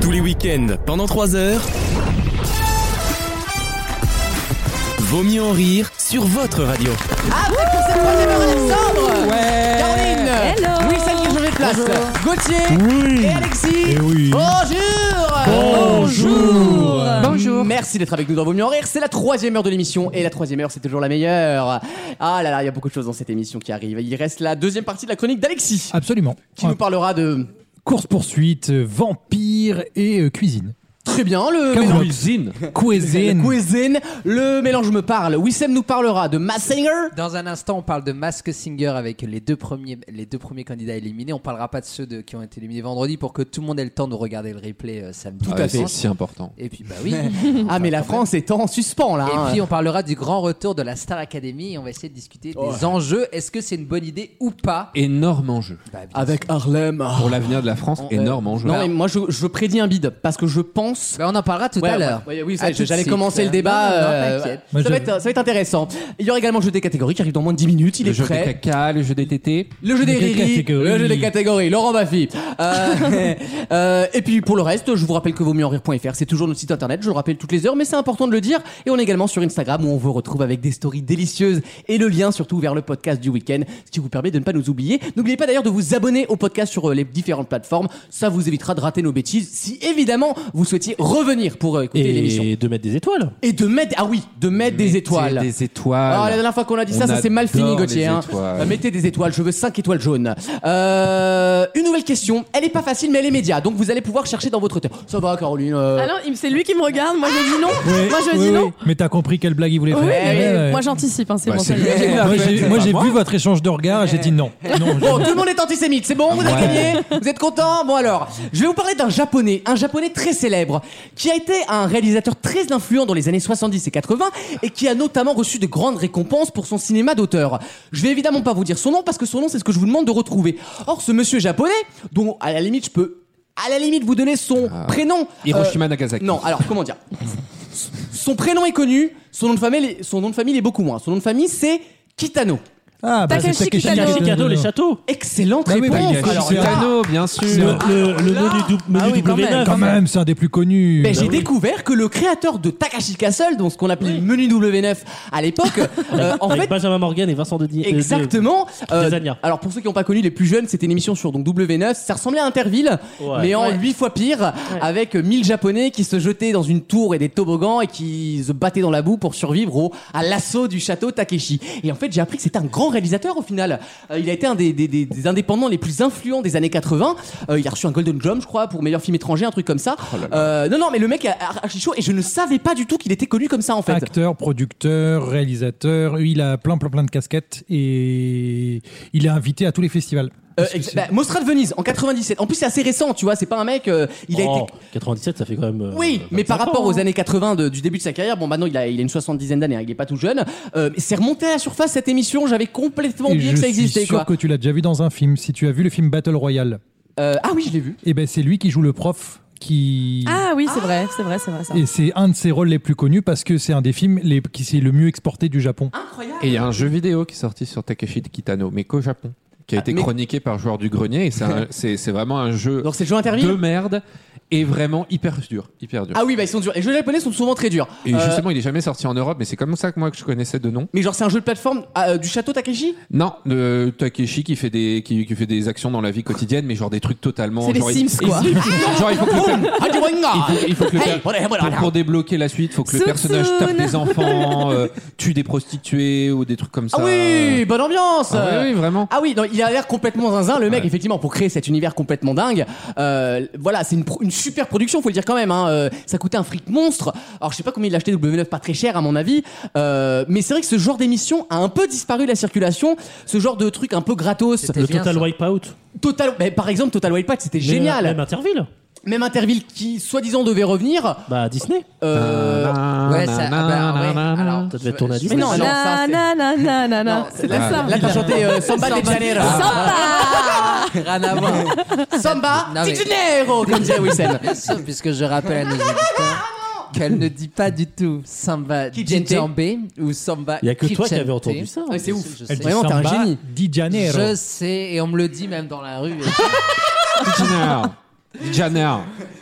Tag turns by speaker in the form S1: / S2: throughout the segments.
S1: Tous les week-ends, pendant 3 heures. Vaut mieux en rire sur votre radio.
S2: Après pour cette troisième heure d'ensemble
S3: Ouais.
S2: Caroline
S4: Hello.
S2: Oui, celle qui a changé de place
S3: Bonjour.
S2: Gauthier
S5: Oui.
S2: et Alexis
S5: Eh oui.
S2: Bonjour
S5: Bonjour.
S4: Bonjour.
S2: Merci d'être avec nous dans Vos Mieux en Rire. C'est la troisième heure de l'émission et la troisième heure, c'est toujours la meilleure. Ah là là, il y a beaucoup de choses dans cette émission qui arrivent. Il reste la deuxième partie de la chronique d'Alexis
S5: Absolument.
S2: qui nous parlera de
S5: Course poursuite, euh, vampire et euh, cuisine.
S2: très bien le
S5: Comme
S2: mélange.
S6: Cuisine.
S2: La
S5: Cuisine.
S2: cuisine, le mélange me parle. Wissem nous parlera de Mass Singer.
S3: Dans un instant, on parle de Mask Singer avec les deux premiers, les deux premiers candidats éliminés. On parlera pas de ceux de- qui ont été éliminés vendredi pour que tout le monde ait le temps de regarder le replay euh, samedi.
S2: Tout à fait.
S6: Ah C'est si important.
S3: Et puis, bah oui.
S2: Ah mais la France est en suspens là. hein.
S3: Et puis, on parlera du grand retour de la Star Academy et on va essayer de discuter des enjeux. Est-ce que c'est une bonne idée ou pas
S6: Énorme enjeu.
S3: Bah, bien
S2: Avec Harlem.
S6: Pour l'avenir de la France,
S3: On-
S6: énorme enjeu.
S2: Non, mais moi je, je prédis un bide parce que je pense.
S3: Bah, on en parlera tout
S2: Ouais,
S3: à
S2: ouais,
S3: l'heure.
S2: ouais, oui, ça,
S3: À
S2: je-
S3: tout de
S2: j'allais
S3: suite.
S2: commencer le débat.
S3: Non, non, non,
S2: euh,
S3: t'inquiète.
S5: Moi,
S2: ça,
S5: je-
S2: va être, ça va être intéressant. Il y aura également le jeu des catégories qui arrive dans moins de 10 minutes. Il
S6: le
S2: est
S6: jeu des
S2: prêt.
S6: caca, le jeu des tétés.
S2: Le jeu des
S5: Le jeu des
S2: riris,
S5: catégories.
S2: le jeu des catégories, Laurent Baffy. Euh, euh, et puis pour le reste, je vous rappelle que vaut mieux en rire.fr, c'est toujours notre site internet, je le rappelle toutes les heures, mais c'est important de le dire. Et on est également sur Instagram où on vous retrouve avec des stories délicieuses et le lien surtout vers le podcast du week-end, ce qui vous permet de ne pas nous oublier. N'oubliez pas d'ailleurs de vous abonner au podcast sur euh, les différentes plateformes, ça vous évitera de rater nos bêtises si évidemment vous souhaitiez revenir pour euh, écouter l'émission.
S5: de mettre des étoiles.
S2: Et de mettre, ah oui, de mettre des étoiles.
S6: C'est Des étoiles.
S2: Ah, la dernière fois qu'on a dit ça,
S6: On
S2: ça s'est mal fini,
S6: adore
S2: Gauthier.
S6: les
S2: hein.
S6: étoiles.
S2: Euh, mettez des étoiles, je veux 5 étoiles jaunes. Euh, une nouvelle question. Elle est pas facile, mais elle est média. Donc vous allez pouvoir chercher dans votre tête. Ça va, Caroline euh,
S4: Alors, c'est lui qui me regarde, moi je dis non. moi je dis non.
S5: Mais t'as compris quelle blague il voulait
S4: Oui,
S5: faire.
S4: mais
S5: Ouais, ouais.
S4: Moi j'anticipe, hein, c'est
S6: Bah,
S4: bon.
S6: c'est
S4: ça y
S6: lui
S4: est.
S6: qui l'a
S5: Moi,
S6: fait,
S5: j'ai-
S6: c'est
S5: moi,
S6: pas
S5: j'ai
S6: moi.
S5: vu votre échange de regard et j'ai dit non. Non,
S2: Bon, tout le monde est antisémite, c'est bon, vous avez
S6: Ouais.
S2: gagné, vous êtes content. Bon alors, je vais vous parler d'un japonais, un japonais très célèbre, qui a été un réalisateur très influent dans les années 70 et 80 et qui a notamment reçu de grandes récompenses pour son cinéma d'auteur. Je vais évidemment pas vous dire son nom parce que son nom c'est ce que je vous demande de retrouver. Or ce monsieur japonais, dont à la limite je peux à la limite vous donner son
S5: Ah.
S2: prénom.
S6: Hiroshima
S2: euh,
S6: Nagasaki.
S2: non, alors comment dire Son prénom est connu, son nom de famille, son nom de famille est beaucoup moins. Son nom de famille c'est Kitano.
S5: Ah, bah, c'est
S4: Takeshi
S5: Takeshi
S4: Kitano.
S5: Kitano.
S7: Chicago, les châteaux.
S2: Excellente
S5: Ah oui, bah,
S2: réponse.
S5: il y a
S2: Alors,
S5: Kitano.
S2: là,
S6: Tano, bien
S5: C'est
S6: sûr.
S7: Le, le, le
S2: Ah,
S7: menu, du, menu
S4: oui, quand même.
S7: W9.
S5: Quand même, c'est un des plus connus.
S2: ben, j'ai découvert que le créateur de Takashi Castle, donc ce qu'on appelait le menu W9 à l'époque, euh, en
S7: Avec
S2: fait,
S7: Benjamin Morgan et Vincent Denis.
S2: exactement. euh,
S7: Lasagna.
S2: alors pour ceux qui n'ont pas connu les plus jeunes, c'était une émission sur donc W9. Ça ressemblait à Interville,
S7: Ouais.
S2: mais en
S4: Ouais.
S2: huit fois pire, avec 1000 Japonais qui se jetaient dans une tour et des toboggans et qui se battaient dans la boue pour survivre au, à l'assaut du château Takeshi. Et en fait, j'ai appris que c'était un grand réalisateur au final. Euh, il a été un des, des- des- des indépendants les plus influents des années 80. Euh, il a reçu un Golden Globe, je crois, pour meilleur film étranger, un truc comme ça. Euh, non, non, mais le mec a a- archi chaud et je ne savais pas du tout qu'il était connu comme ça en fait.
S5: Acteur, producteur, réalisateur, il a plein plein plein de casquettes et il est invité à tous les festivals.
S2: Euh,
S5: Parce que
S2: ex-
S5: c'est-
S2: bah, Mostra de Venise en 97. En plus, c'est assez récent, tu vois. C'est pas un mec. euh, il a
S7: Oh,
S2: été.
S7: 97, ça fait quand même. euh,
S2: Oui, mais par
S7: 25
S2: rapport
S7: ans.
S2: aux années 80 de- du début de sa carrière, bon, maintenant il a, il a une soixante-dizaine d'années, hein, il est pas tout jeune. Euh, mais c'est remonté à la surface cette émission, j'avais complètement
S5: Et
S2: oublié
S5: je
S2: que ça
S5: suis
S2: existait,
S5: sûr
S2: quoi.
S5: que tu l'as déjà vu dans un film. Si tu as vu le film Battle Royale,
S2: Euh, ah oui, je l'ai vu.
S5: et ben c'est lui qui joue le prof qui.
S4: Ah oui, c'est vrai, c'est vrai, c'est vrai ça.
S5: Et c'est un de ses rôles les plus connus parce que c'est un des films les- qui s'est le mieux exporté du Japon.
S6: Et il y a un jeu vidéo qui est sorti sur Takeshi Kitano, mais qu'au Japon, qui a été
S2: mais-
S6: chroniqué par Joueur du Grenier. Et c'est un- c'est c'est vraiment un jeu
S2: Donc c'est le jeu
S6: de
S2: interview.
S6: merde et vraiment hyper dur. Hyper dur.
S2: Ah oui, bah ils sont durs. Les jeux japonais sont souvent très durs.
S6: Et
S2: Euh,
S6: justement, il est jamais sorti en Europe, mais c'est comme ça que moi que je connaissais de nom.
S2: mais genre, c'est un jeu de plateforme ah, euh, du château Takeshi
S6: Non, de Takeshi qui fait des qui, qui fait des actions dans la vie quotidienne, mais genre des trucs totalement.
S4: C'est les
S6: genre, il-
S4: Sims quoi.
S6: genre, il faut que le per-
S2: Ah,
S6: il faut- il faut que le per- pour, pour
S2: Pour
S6: débloquer la suite, faut que le
S4: Soutsoune.
S6: personnage tape des enfants, euh, tue des prostituées ou des trucs comme ça.
S2: Ah oui, bonne ambiance
S6: Ah oui, oui, vraiment.
S2: Ah oui, non, il a l'air complètement zinzin, le mec,
S6: Ouais.
S2: effectivement, pour créer cet univers complètement dingue. Euh, voilà, c'est une, pro- une super production, faut le dire quand même. Hein. Euh, ça coûtait un fric monstre. Alors, je sais pas combien il a acheté W9, pas très cher, à mon avis. Euh, mais c'est vrai que ce genre d'émission a un peu disparu de la circulation. Ce genre de truc un peu gratos.
S7: Le
S3: bien,
S7: Total
S3: ça.
S7: Wipeout.
S2: Total, mais par exemple, Total Wipeout, c'était génial.
S7: Mais, euh,
S2: Même,
S7: Même Interville.
S2: Interville qui, soi-disant, devait revenir.
S7: Bah, Disney.
S2: Euh,
S3: Ouais, ça. ah bah, ouais, alors,
S7: Ça devait
S3: je-
S7: être tourné à
S3: je-
S7: Disney.
S2: Mais non, alors ça,
S4: Na
S2: c'est-
S4: na na na na
S2: non,
S4: na. C'est
S2: là,
S4: pas ça.
S2: là, t'as chanté euh, Samba de Janeiro.
S3: Samba Rien à voir.
S2: Samba
S3: Non, mais-
S2: de Janeiro, comme disait Wissem.
S3: Bien sûr, puisque je rappelle à nos auditeurs qu'elle ne dit pas du tout Samba
S2: Kijente.
S3: Djembe ou Samba
S7: Il y a que toi qui
S3: Kijente.
S7: avais entendu ça.
S2: Ah, mais c'est ouf.
S3: Je sais.
S5: Elle dit
S2: Vraiment, t'es un
S5: Samba
S2: génie.
S5: Di Janeiro.
S3: Je sais, et on me le dit même dans la rue.
S6: Janer. Janer.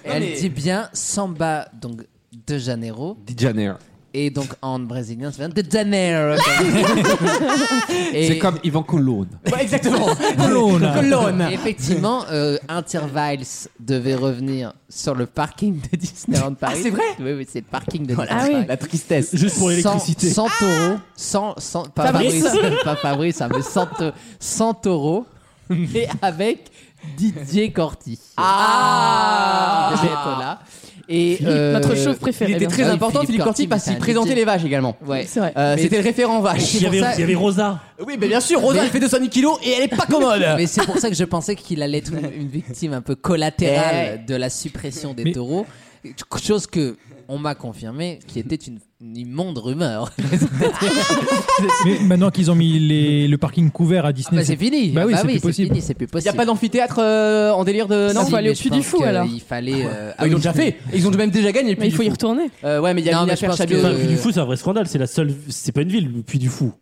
S3: Et, Elle dit bien samba donc de Janeiro
S6: Dijaner.
S3: et donc en brésilien ça fait de Janeiro. Et-
S6: C'est comme Yvan Cologne.
S2: Ouais, exactement. Cologne.
S3: Et Effectivement, euh, Intervals devait revenir sur le parking de Disneyland Paris.
S2: Ah, c'est vrai
S3: Oui, oui, c'est le parking de
S2: Voilà,
S3: Disneyland Paris.
S2: la Ah tristesse.
S7: Juste pour l'électricité.
S3: 100 taureaux, 100, 100, pas
S2: Fabrice.
S3: Fabrice, pas Fabrice, hein, mais 100, tau- 100 taureaux, mais avec Didier Corti.
S2: Ah.
S3: Didier Corti. Et euh,
S4: Notre chauve préféré.
S2: Il était
S4: bien
S2: très
S3: oui,
S2: important,
S3: Philippe
S2: Philippe Corti,
S3: Corti,
S2: parce
S3: c'est
S2: qu'il
S3: un
S2: présentait
S3: DJ.
S2: les vaches également.
S3: Ouais.
S4: C'est vrai.
S2: Euh,
S3: Mais-
S2: C'était le référent vache.
S7: Il y, avait,
S3: pour ça-
S7: il y avait Rosa.
S2: Oui, mais bien sûr, Rosa,
S3: Mais-
S2: elle fait 210 kilos et elle est pas commode.
S3: Mais c'est pour ça que je pensais qu'il allait être une, une victime un peu collatérale de la suppression des
S5: Mais-
S3: taureaux. Chose que on m'a confirmé qui était une, une immonde rumeur.
S5: Mais maintenant qu'ils ont mis les- le parking couvert à
S3: Ah bah
S5: Disney,
S3: c'est fini.
S5: Bah
S3: Ah
S5: oui, c'est
S3: bah
S5: plus possible.
S3: fini, c'est plus
S2: Il n'y a
S3: possible.
S2: pas d'amphithéâtre euh, en délire de. Non,
S3: Si,
S4: faut aller
S3: mais
S4: au
S3: je
S4: Puy du
S3: pense
S4: Fou,
S3: que
S4: alors.
S3: Il fallait. euh,
S2: Ah, ils l'ont déjà fait. Ils ont même déjà gagné. le
S4: Mais il
S2: Puy
S4: faut
S2: du
S4: y
S2: Fou.
S4: retourner.
S2: Euh, ouais, mais il y a
S3: Non,
S2: une
S3: mais je
S2: affaire
S3: pense que-
S2: Chabiot.
S7: Enfin, le
S3: Euh,
S7: Puy du Fou, c'est un vrai scandale. C'est la seule. C'est pas une ville, le Puy du Fou.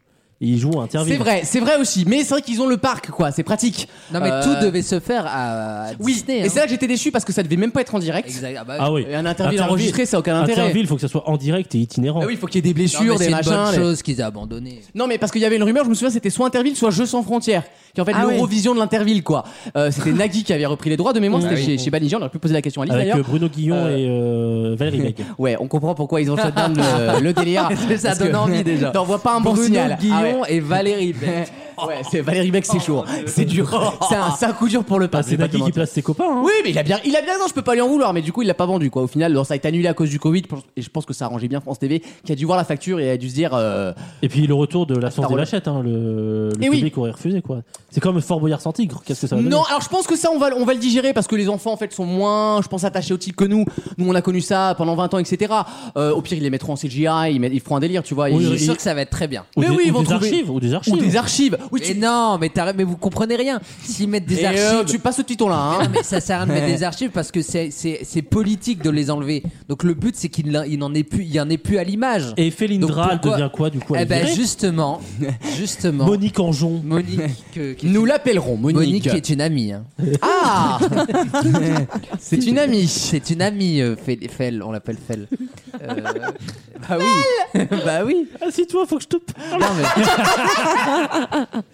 S7: Et ils jouent à
S3: hein,
S7: Interville.
S2: C'est vrai, c'est vrai aussi. Mais c'est vrai qu'ils ont le parc, quoi. C'est pratique.
S3: Non mais
S2: Euh,
S3: tout devait se faire à, à
S2: Oui.
S3: Disney.
S2: et c'est
S3: hein.
S2: là que j'étais déçu parce que ça devait même pas être en direct.
S3: Exact. Ah bah,
S7: Ah oui.
S2: Et un interview enregistré, ça a aucun intérêt.
S7: Interville, faut que ça soit en direct et itinérant.
S2: Ah oui, il faut qu'il y ait des
S3: non, mais
S2: blessures, des
S3: c'est une
S2: machins.
S3: bonne
S2: des-
S3: chose qu'ils aient abandonné.
S2: Non, mais parce qu'il y avait une rumeur, je me souviens, c'était soit Interville, soit Jeux sans frontières, qui est en fait
S4: Ah ouais.
S2: l'Eurovision de l'Interville, quoi. Euh, c'était Nagui qui avait repris les droits de mémoire,
S3: Ah
S2: c'était
S3: oui.
S2: chez, chez Banijay, on aurait pu poser la question à Alice
S7: Avec euh,
S2: d'ailleurs.
S7: Bruno Guillon
S2: Euh,
S7: et euh, Valérie Beck.
S2: Ouais, on comprend pourquoi ils ont shut down le, le délire.
S3: Ça
S2: Parce
S3: donne
S2: que-
S3: envie, déjà.
S2: T'envoies pas un bon
S3: Bruno
S2: signal.
S3: Guillon
S2: Ah ouais.
S3: et Valérie Beck. Oh,
S2: Ouais, c'est Valérie Beck, c'est chaud. C'est dur. C'est un, c'est un coup dur pour le
S7: Ah,
S2: pass.
S7: c'est Nagui qui place ses copains. hein.
S2: Oui, mais il a bien, il a bien, non, je peux pas lui en vouloir, mais du coup, il l'a pas vendu, quoi. Au final, alors, ça a été annulé à cause du Covid, et je pense que ça arrangeait bien France TV, qui a dû voir la facture et a dû se dire, euh,
S7: Et puis le retour de la science des
S2: Starol.
S7: machettes, hein, le, le
S2: Ah, Eh oui.
S7: public aurait refusé quoi. C'est comme Fort Boyard sans tigre, qu'est-ce que ça va donner
S2: Non, alors je pense que ça, on va, on va le digérer parce que les enfants, en fait, sont moins, je pense, attachés au titre que nous. Nous, on a connu ça pendant 20 ans, etc. Euh, au pire, ils les mettront en CGI, ils, mettent- ils feront un délire, tu vois.
S7: Oui,
S2: ils-
S3: Je
S7: oui.
S3: suis sûr que ça va être très bien.
S7: Ou
S2: Mais
S7: des,
S2: oui, ils
S7: ou
S2: vont
S7: des
S2: trouver-
S7: archives, ou des archives.
S2: Ou des archives. Oui,
S3: Mais
S2: tu,
S3: non, mais, t'arrêtes- mais vous comprenez rien. S'ils mettent des
S2: et,
S3: archives,
S2: euh, tu passes ce petit ton-là. Hein.
S3: Non, mais ça sert à rien de mettre des archives parce que c'est- c'est c'est politique de les enlever. Donc le but c'est qu'il n'en- il n'en ait plus, il y en ait plus à l'image.
S7: Et Félindra, elle
S3: Donc, pourquoi-
S7: devient quoi du coup
S3: eh
S7: elle est
S3: ben
S7: virée
S3: justement, justement, Monique,
S7: Monique Anjon.
S3: que- qui, est-
S2: Nous l'appellerons Monique.
S3: Monique qui est une amie. hein.
S2: Ah C'est une amie.
S3: C'est une amie, euh, Fel, Fel, on l'appelle Fel. Euh, bah oui, bah oui.
S7: Assis-toi, faut que je te
S3: Non, mais-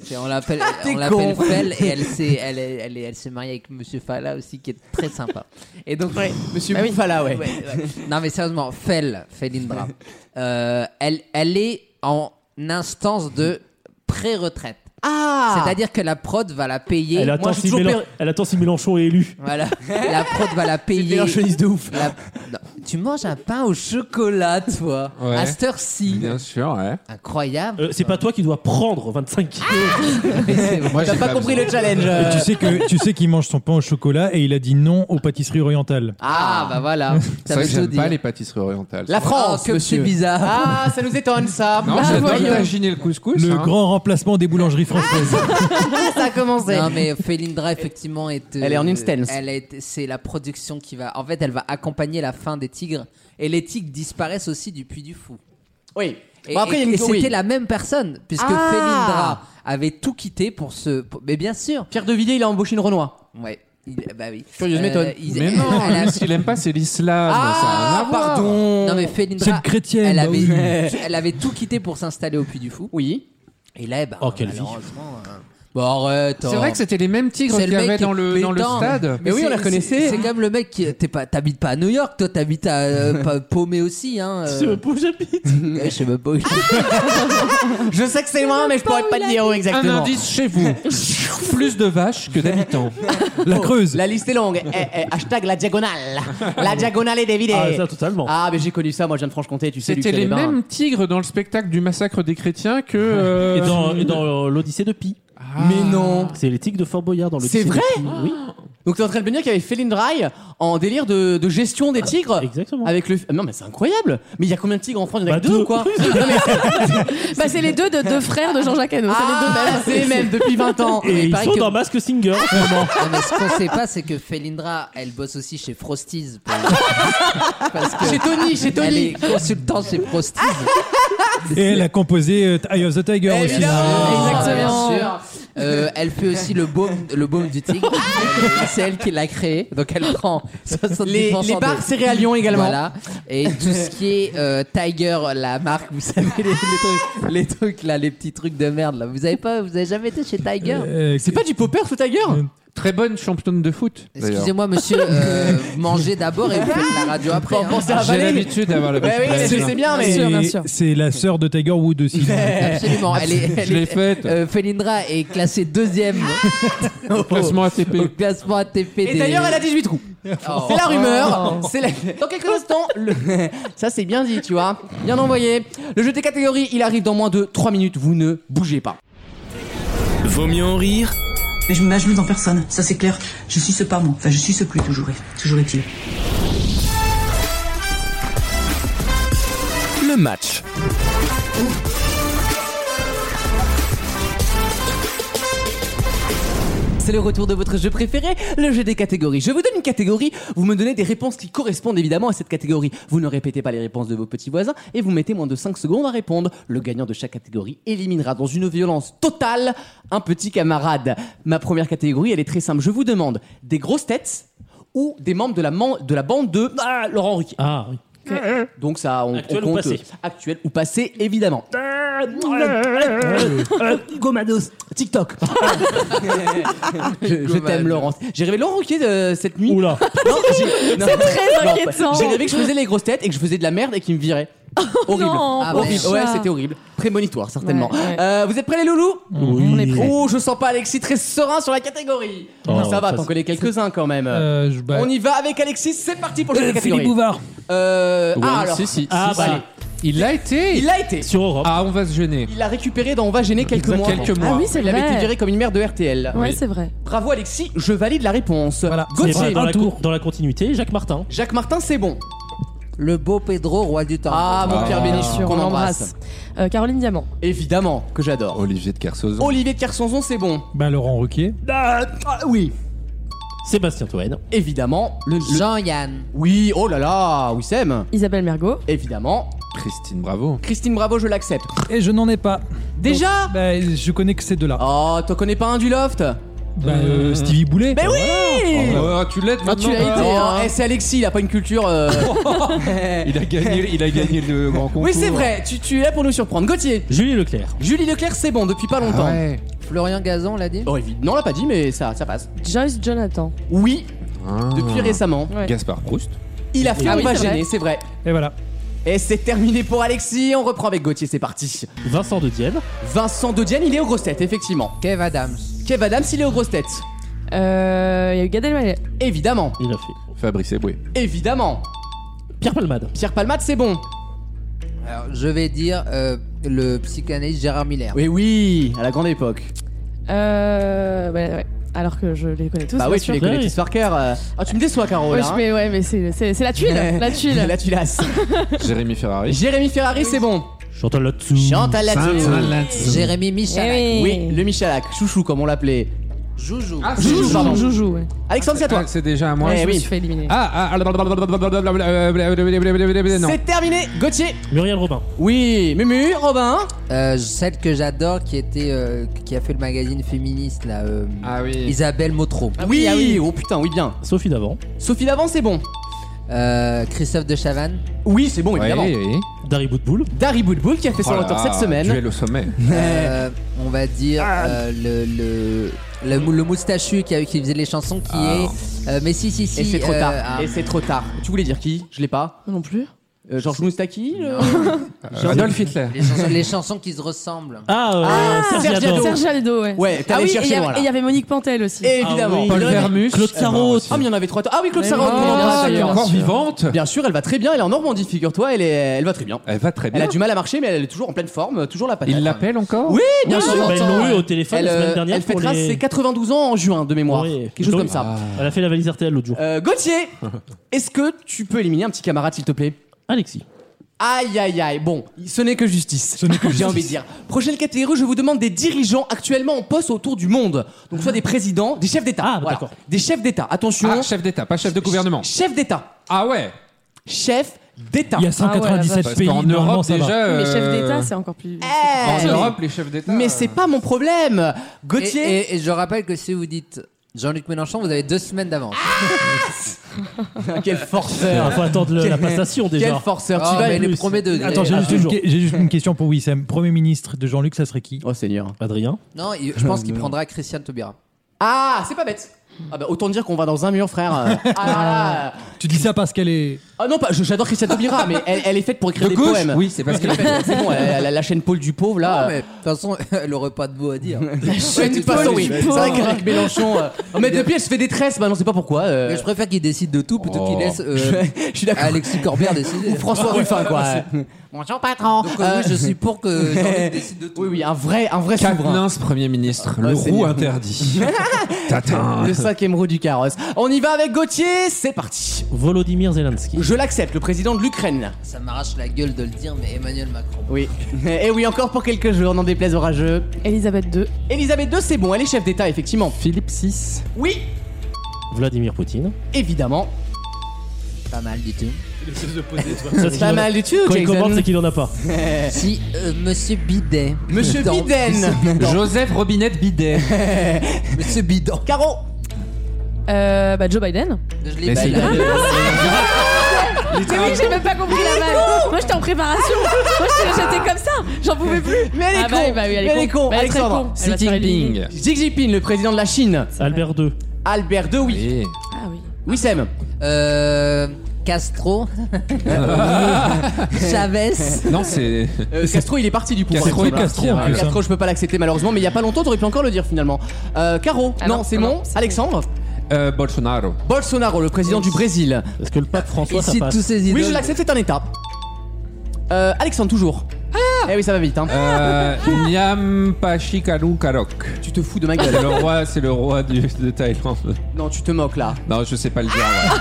S3: C'est- on l'appelle, on l'appelle
S2: con.
S3: Fel et elle s'est, elle, est- elle, est- elle s'est mariée avec Monsieur Fala aussi qui est très sympa. Et donc Bah
S2: Monsieur Boufala, ouais.
S3: Ouais, ouais. non mais sérieusement, Fel, Felindra, euh, elle, elle est en instance de pré-retraite.
S2: Ah
S3: C'est-à-dire que la prod va la payer.
S7: Elle attend,
S2: j'ai
S7: si
S2: toujours
S7: Mélen-
S2: peur-
S7: elle attend si Mélenchon est élu.
S3: Voilà, la prod va la payer.
S2: Mélenchoniste de ouf.
S3: La- Non, Tu manges un pain au chocolat, toi,
S6: Ouais.
S3: à cette heure-ci.
S6: Bien sûr, ouais.
S3: Incroyable.
S7: Euh, c'est pas toi qui dois prendre 25 kilos.
S6: Moi,
S2: T'as
S6: j'ai
S2: pas compris
S6: besoin.
S2: le challenge.
S5: Et
S2: euh.
S5: tu sais que tu sais qu'il mange son pain au chocolat et il a dit non aux pâtisseries orientales.
S3: Ah, bah voilà.
S6: C'est
S3: Ça
S6: vrai
S3: veut
S6: que
S3: tout
S6: j'aime pas
S3: dire.
S6: les pâtisseries orientales.
S2: La
S3: Oh,
S2: France,
S3: que c'est
S2: monsieur.
S3: bizarre.
S2: Ah, ça nous étonne, ça.
S6: Non,
S2: Ah,
S6: j'adore
S2: voyons.
S6: le tagine et le couscous.
S5: Le
S6: hein.
S5: grand remplacement des boulangeries françaises.
S2: ça a commencé.
S3: Non mais Felindra effectivement est. euh,
S2: Ah, Elle est en instance.
S3: Elle est. C'est la production qui va. En fait, elle va accompagner la fin des tigres et les tigres disparaissent aussi du puits du fou.
S2: Oui.
S3: Et,
S2: Bon, après, il y a
S3: et-
S2: une
S3: et c'était
S2: oui.
S3: la même personne puisque
S2: Ah.
S3: Felindra avait tout quitté pour ce. pour- Mais bien sûr.
S2: Pierre Devilliers, il a embauché une Renoir.
S3: Ouais. Il- bah oui.
S2: Curieuse méthode.
S3: ils-
S6: Mais non,
S3: elle a-
S6: lui, ce qu'il aime pas, c'est l'islam. ça a rien
S2: Ah,
S6: à voir.
S2: pardon.
S3: Non mais Felindra.
S5: C'est une chrétienne,
S3: Elle
S5: bah
S3: avait.
S5: oui.
S3: Elle avait tout quitté pour s'installer au puits du fou.
S2: Oui.
S3: Et là, eh ben.
S7: Oh, quelle vie.
S3: malheureusement, euh, Bon arrête.
S6: C'est
S3: oh.
S6: vrai que c'était les mêmes tigres
S3: C'est
S6: qu'il y
S3: le mec
S6: avait dans
S3: qui-
S6: le, dans le
S3: attends,
S6: stade.
S2: Mais oui,
S3: c'est-
S2: on la connaissait.
S3: c'est- C'est comme le mec qui t'es pas, t'habites pas à New York, toi t'habites à euh, pa- Paumé aussi, hein. euh.
S7: C'est le pauvre j'habite.
S2: Eh,
S3: Ouais, je sais même pas où il est.
S2: Je sais que c'est loin, mais je pourrais pas te dire où
S6: Un
S2: exactement.
S6: indice chez vous. Plus de vaches que d'habitants.
S5: La Creuse.
S2: La liste est longue. Eh, eh, hashtag la diagonale. La diagonale est dévidée.
S7: Ah, ça, totalement.
S2: Ah, mais j'ai connu ça, moi je viens de Franche-Comté, tu sais.
S6: C'était
S2: Luc,
S6: les
S2: Sébastien.
S6: mêmes tigres dans le spectacle du massacre des chrétiens que. euh,
S7: Et dans, et dans l'Odyssée de Pi.
S2: Mais non.
S7: C'est les tigres de Fort Boyard dans l'Odyssée
S2: C'est
S7: de
S2: vrai
S7: Pi. Oui,
S2: Donc t'es en train de me dire qu'il y avait Felindrai en délire de, de gestion des tigres
S7: exactement.
S2: avec le. Ah, Non, mais c'est incroyable. Mais il y a combien de tigres en France Il y en a
S7: Bah,
S2: que deux
S7: deux.
S2: ou quoi Non, mais
S4: Bah, c'est les deux de deux frères de Jean-Jacques Hano.
S2: Ah, c'est les mêmes depuis 20 ans.
S7: Et
S3: il
S7: ils
S3: paraît
S7: sont
S3: que-
S7: dans Mask Singer en ce moment.
S3: Non, Ah, mais ce qu'on sait pas, c'est que Felindra, elle bosse aussi chez Frosties. pour- Parce que
S2: Chez Tony, chez
S3: elle
S2: Tony.
S3: est consultante chez Frosties.
S5: Et elle a composé euh, Eye of the Tiger aussi.
S2: Évidemment.
S3: Ah,
S4: Exactement.
S3: bien sûr. Euh, elle fait aussi le baume, le baume du tigre. C'est elle qui l'a créé. Donc elle prend 70%
S2: Les, les
S3: de-
S2: bars céréalions également.
S3: Voilà. Et tout ce qui est euh, Tiger, la marque, vous savez, les, les trucs, les trucs là, les petits trucs de merde là. Vous avez pas, vous avez jamais été chez Tiger
S5: Euh,
S2: C'est pas du popper sous Tiger
S6: euh, Très bonne championne de foot. d'ailleurs.
S3: Excusez-moi, monsieur, euh, mangez d'abord et vous faites la radio après. hein.
S2: Pensez à
S6: J'ai
S2: avaler.
S6: l'habitude d'avoir la
S2: Ouais,
S6: bonne
S2: oui,
S6: championne.
S2: je sais bien,
S4: Bien
S2: mais.
S4: sûr, bien
S5: c'est-
S4: sûr.
S5: C'est la sœur de Tiger Wood aussi.
S3: Absolument. Elle est, elle
S6: Je l'ai Ah
S3: est-
S6: faite.
S3: euh, Felindra est classée deuxième
S6: Classement ATP.
S3: au classement ATP.
S2: Et
S3: des-
S2: d'ailleurs, elle a 18 trous.
S3: Oh.
S2: C'est la rumeur. C'est la- Dans quelques instants, le- ça c'est bien dit, tu vois. Bien envoyé. Le jeu des catégories, il arrive dans moins de 3 minutes. Vous ne bougez pas.
S1: Vaut mieux en rire
S8: Mais je ne m'agenouille en personne, ça c'est clair. Je suis ce pas moi. Enfin, je suis ce plus, toujours, toujours est-il.
S1: le match.
S2: C'est le retour de votre jeu préféré, le jeu des catégories. Je vous donne une catégorie, vous me donnez des réponses qui correspondent évidemment à cette catégorie. Vous ne répétez pas les réponses de vos petits voisins et vous mettez moins de 5 secondes à répondre. Le gagnant de chaque catégorie éliminera dans une violence totale un petit camarade. Ma première catégorie, elle est très simple. Je vous demande des grosses têtes ou des membres de la, man- de la bande de ah, Laurent Henry.
S7: Ah oui.
S2: Donc ça, on,
S7: Actuel
S2: on
S7: ou
S2: compte euh,
S7: passé
S2: actuel ou passé, évidemment. Gomados, TikTok. je je t'aime, Laurence. J'ai rêvé Laurent Ruquier euh, cette nuit.
S7: Oula.
S2: Non, j'ai- non.
S4: très
S2: Non,
S4: inquiétant. Oh
S2: J'ai rêvé que je faisais les grosses têtes et que je faisais de la merde et qu'ils me viraient. horrible.
S4: non,
S3: Ah,
S2: horrible.
S4: pauvre
S2: Ouais,
S4: chat.
S2: c'était horrible. Prémonitoire, certainement.
S4: Ouais, ouais.
S2: Euh, vous êtes prêts, les loulous
S4: On est prêts.
S2: Oh, je sens pas Alexis très serein sur la catégorie.
S7: Oh,
S2: ça va,
S7: ça,
S2: t'en
S7: c'est-
S2: connais quelques-uns quand même.
S5: Euh, je- bah,
S2: On y va avec Alexis, c'est parti pour le jeu des
S5: euh, Philippe
S2: catégories.
S5: Bouvard.
S2: Euh,
S6: Ouais,
S2: ah, alors.
S6: si, si,
S7: Ah
S6: si,
S7: bah,
S6: si. Il l'a été.
S2: Il a été.
S7: sur Europe.
S6: Ah, on va se gêner.
S2: Il a récupéré dans On va gêner quelques mois.
S6: Quelques
S4: Ah
S6: mois.
S4: oui, c'est
S2: Il avait été
S4: vrai.
S2: viré comme une mère de RTL.
S4: Ouais, c'est vrai.
S2: Bravo Alexis, je valide la réponse.
S5: Voilà.
S7: C'est
S2: Gauthier,
S7: vrai, dans, la
S5: tour.
S7: con- dans la continuité, Jacques Martin.
S2: Jacques Martin, c'est bon.
S3: Le beau Pedro, roi du temps.
S2: Ah, mon Pierre Bénichon,
S4: Sûr,
S2: qu'on
S4: on
S2: embrasse.
S4: l'embrasse. Euh, Caroline Diamant.
S2: Évidemment, que j'adore.
S6: Olivier de Kersauzon.
S2: Olivier de Kersanson, c'est bon.
S5: Bah, Laurent Ruquier.
S2: oui.
S7: Sébastien Toen.
S2: Évidemment. Le, le-
S3: Jean-Yann.
S2: Oui, oh là là, Wissem.
S4: Isabelle Mergot.
S2: Évidemment.
S6: Christine Bravo.
S2: Christine Bravo, je l'accepte.
S5: Et je n'en ai pas.
S2: Déjà
S5: Donc, bah, Je connais que ces deux-là.
S2: Oh, t'en connais pas un du loft
S5: Bah, euh, Stevie Boulet.
S2: Mais oui
S6: Oh, tu l'aides
S2: Ah, tu l'as
S6: maintenant.
S2: été, hein.
S3: hein.
S2: Eh, c'est Alexis, il a pas une culture. euh.
S6: Il a gagné, il a gagné le grand concours.
S2: oui, c'est vrai, tu, tu es là pour nous surprendre. Gauthier,
S7: Julie Leclerc.
S2: Julie Leclerc, c'est bon depuis pas longtemps.
S6: Ouais.
S3: Florian Gazon, on l'a dit
S2: Oh, évi- Non, on l'a pas dit, mais ça, ça passe.
S4: Joyce Jonathan.
S2: Oui, depuis récemment.
S4: Ouais.
S6: Gaspard Proust.
S2: Il a fait
S4: Ah
S2: On
S4: oui,
S2: va
S4: c'est
S2: gêner, c'est vrai.
S5: Et voilà.
S2: Et c'est terminé pour Alexis. On reprend avec Gauthier, c'est parti.
S7: Vincent de Dienne.
S2: Vincent Dodiane, il est aux grosses têtes, effectivement.
S3: Kev Adams.
S2: Kev Adams, il est aux grosses têtes.
S4: Euh, Il y a eu Gad Elmaleh.
S2: Évidemment,
S7: Il a fait.
S6: Fabrice Eboué.
S2: évidemment.
S7: Pierre Palmade.
S2: Pierre Palmade, c'est bon.
S3: Alors, je vais dire euh, le psychanalyste Gérard Miller.
S2: Oui, oui, à la grande époque.
S4: Euh, ouais, ouais. Alors que je les connais tous.
S2: bah
S4: bien
S2: oui, tu
S4: sûr.
S2: les connais
S7: Oui.
S2: tous par cœur. euh. Ah, tu me déçois, Caro.
S4: Ouais,
S2: là,
S4: je-
S2: hein.
S4: mais ouais, mais c'est c'est- c'est la tuile, la tuile.
S2: La tulasse.
S6: Jérémy Ferrari.
S2: Jérémy Ferrari, c'est bon.
S7: Chantal là-dessous.
S2: Chantal Latsou.
S3: Jérémy Michel.
S4: Eh
S2: Oui, le Michalak, chouchou comme on l'appelait. Ah,
S3: Joujou.
S2: Joujou, pardon.
S4: Ah, Joujou, ouais.
S2: Alexandre, c'est à toi.
S6: Ah, C'est déjà à moi.
S2: Eh
S4: Je me
S2: oui.
S4: suis fait éliminer.
S6: Ah, ah, non.
S2: C'est terminé, Gauthier.
S7: Muriel Robin.
S2: Oui, Mumu, Robin.
S3: Euh, celle que j'adore qui était euh, qui a fait le magazine féministe là. euh,
S6: Ah oui. Ah
S3: Isabelle Motro.
S2: oui, oui, oh putain, oui, bien.
S7: Sophie Davant.
S2: Sophie Davant, c'est bon.
S3: Euh, Christophe de Chavannes.
S2: Oui, Oh c'est bon, évidemment.
S7: Dari Boutboul.
S2: Dari Boudboul qui a fait son retour cette
S6: Tu
S2: semaine.
S6: es le Ah, sommet.
S3: Euh, on va dire
S2: Ah.
S3: euh, le, le, le, mou- le moustachu qui, a- qui faisait les chansons qui est. euh, mais si, si, si.
S2: Ah. Et c'est trop
S3: euh,
S2: tard.
S3: ah,
S2: Et c'est trop tard. Tu voulais dire qui Je l'ai pas.
S4: Non plus.
S2: Euh, Georges Moustaki le-
S6: Adolf Hitler.
S3: les, chansons, les chansons qui se ressemblent.
S7: Ah, euh, Serge
S2: Serge
S7: Ador.
S2: Ador.
S4: Serge Aldo, ouais.
S2: Ouais, t'es
S4: Ah
S2: allé
S4: oui, et
S2: chercher
S4: il y a-
S2: loin, là.
S4: et il y avait Monique Pantel aussi.
S2: Et Évidemment.
S7: Ah oui.
S6: Paul
S7: Claude-
S6: Vermus.
S7: Claude Sarraute.
S2: Ah, mais il y en avait trois. Ah oui, Claude
S4: Mais
S2: Sarraute.
S4: oui,
S2: qu'on
S4: bien
S2: embrasse
S4: sûr.
S2: d'ailleurs.
S6: Encore vivante.
S2: Bien sûr, elle va très bien. Elle est en Normandie, figure-toi. Elle, est... elle va très bien.
S6: Elle va très
S2: Elle
S6: bien.
S2: a du mal à marcher, mais elle est toujours en pleine forme, toujours la patate.
S6: Il l'appelle encore
S2: Oui, bien
S7: Oui,
S2: sûr.
S7: bah, ils l'ont eu au téléphone
S2: Elle,
S7: la
S2: euh,
S7: semaine dernière
S2: elle
S7: pour
S2: fêtera
S7: les-
S2: ses 92 ans en juin de mémoire.
S7: Oui.
S2: Quelque chose
S7: Donc-
S2: comme ça.
S7: Elle a fait la valise RTL l'autre jour.
S2: Euh, Gauthier, est-ce que tu peux éliminer un petit camarade, s'il te plaît
S7: Alexis.
S2: Aïe aïe aïe, bon, ce n'est que justice. Ce n'est que J'ai envie de dire. Prochaine catégorie, je vous demande des dirigeants actuellement en poste autour du monde. Donc soit des présidents, des chefs d'État.
S7: Ah, bah,
S2: Voilà.
S7: d'accord.
S2: Des chefs d'État. Attention.
S6: Ah, chef d'État, pas chef de gouvernement.
S2: Chef d'État.
S6: Ah ouais
S2: Chef d'État.
S5: Il y a 197
S6: Parce
S5: pays.
S6: qu'en
S5: normalement,
S6: Europe,
S5: ça va.
S6: déjà.
S4: Mais chef
S6: euh,
S4: d'État, c'est encore plus.
S6: En
S2: Eh,
S6: Europe, les chefs d'État. euh,
S2: Mais c'est pas mon problème.
S3: Et,
S2: Gauthier,
S3: et- et je rappelle que si vous dites Jean-Luc Mélenchon, vous avez deux semaines d'avance.
S2: Ah, quel
S7: Il
S2: forceur.
S7: Ah, faut attendre le- la passation
S2: Quel
S7: déjà.
S2: forceur,
S3: Oh,
S2: tu vas
S3: mais
S2: et
S3: le
S2: plus.
S3: premier degré.
S7: Attends, j'ai
S5: J'ai
S7: Ah,
S5: juste une
S7: toujours.
S5: que- J'ai juste une question pour Wissem. Premier ministre de Jean-Luc, ça serait qui
S2: Oh Seigneur.
S7: Adrien
S3: Non, il- je pense qu'il prendra Christiane Taubira.
S2: Ah, c'est pas bête. Ah bah, autant dire qu'on va dans un mur, frère. Euh, ah, là, là.
S5: Tu dis ça parce qu'elle est.
S2: Ah non, pas. je- J'adore Christiane Taubira, mais elle, elle est faite pour écrire
S6: De
S2: des
S6: gauche
S2: poèmes.
S6: Oui, c'est parce que.
S2: c'est bon. Elle, elle a la chaîne Paul du pauvre là.
S3: Non, mais de toute façon, elle aurait pas de mot à dire.
S2: La chaîne Paul, oui. C'est vrai qu'avec Mélenchon. euh, oh, mais depuis, elle se fait des tresses. Bah non, c'est pas pourquoi. euh,
S3: Mais je préfère qu'il décide de tout plutôt qu'il laisse euh,
S2: Oh. je suis d'accord.
S3: Alexis Corbière décider.
S2: Ou François Ruffin, quoi. Bonjour, patron.
S3: Ah, Donc, euh,
S2: Euh,
S3: oui, je suis pour que Jean-Luc décide de tout.
S2: Oui, oui, un vrai, un vrai souverain.
S6: Katnins, Premier ministre. Le
S2: Ah, c'est
S6: roux
S2: bien.
S6: interdit. Tatin.
S2: Le cinquième roue du carrosse. On y va avec Gauthier, c'est parti.
S7: Volodymyr Zelensky.
S2: Je l'accepte, le président de l'Ukraine.
S3: Ça m'arrache la gueule de le dire, mais Emmanuel Macron.
S2: Oui. Et oui, encore pour quelques jours, n'en déplaise orageux.
S4: Elisabeth II.
S2: Elisabeth II, c'est bon, elle est chef d'État, effectivement.
S6: Philippe VI.
S2: Oui,
S7: Vladimir Poutine.
S2: évidemment.
S3: Pas mal du tout.
S7: Ça,
S2: C'est
S7: c'est
S2: pas
S7: qu'il en a-
S2: mal du tout,
S7: Quand il
S2: Jackson.
S7: commande, c'est qu'il en a pas.
S3: Si euh, Monsieur Bidet.
S2: Monsieur
S3: Dans-
S2: Biden.
S6: Joseph Robinette Bidet.
S3: Monsieur Bidan.
S2: Caro.
S4: Euh, bah Joe Biden.
S3: Je
S6: Mais
S3: l'ai
S6: c'est-
S3: balayé.
S4: Mais oui, j'ai même pas compris la balle. Moi, j'étais en préparation. Moi, j'étais- j'étais comme ça. J'en pouvais plus.
S2: Mais elle est
S4: Ah bah,
S2: con.
S4: bah oui, elle est
S2: Mais elle est
S4: con.
S2: con.
S4: Mais elle est très
S2: Alexandre.
S4: con.
S2: Xi
S4: Elle va se faire éliminer.
S6: Jinping.
S2: Xi Jinping, le président de la Chine.
S7: Albert II.
S2: Albert II, oui.
S6: Oui.
S4: Ah oui.
S2: Oui, Sam.
S3: Euh, Castro. Chavez.
S6: Non, c'est.
S2: Euh, Castro, il est parti du pouvoir.
S6: Castro,
S2: il
S6: il
S2: semble.
S5: Castro, en
S2: Ah,
S5: plus,
S2: Castro, je peux pas l'accepter malheureusement, mais il y a pas longtemps, t'aurais pu encore le dire finalement. Euh, Caro,
S4: Ah
S2: non,
S4: non,
S2: c'est
S4: non,
S2: bon.
S4: c'est bon.
S2: Alexandre,
S6: Euh, Bolsonaro.
S2: Bolsonaro, le président du Brésil.
S7: Est-ce que le pape François,
S3: Il
S7: ça
S3: cite
S7: passe
S3: tous ses idoles.
S2: Oui, je l'accepte, c'est un État. Euh, Alexandre, toujours.
S4: Ah
S2: eh oui, ça va vite. Hein.
S6: Euh, Nyam Pachikalu Karok.
S2: Tu te fous de ma
S6: C'est
S2: gueule.
S6: le roi, c'est le roi du- de Thaïlande.
S2: non, tu te moques là.
S6: Non, je sais pas le dire.
S7: Ah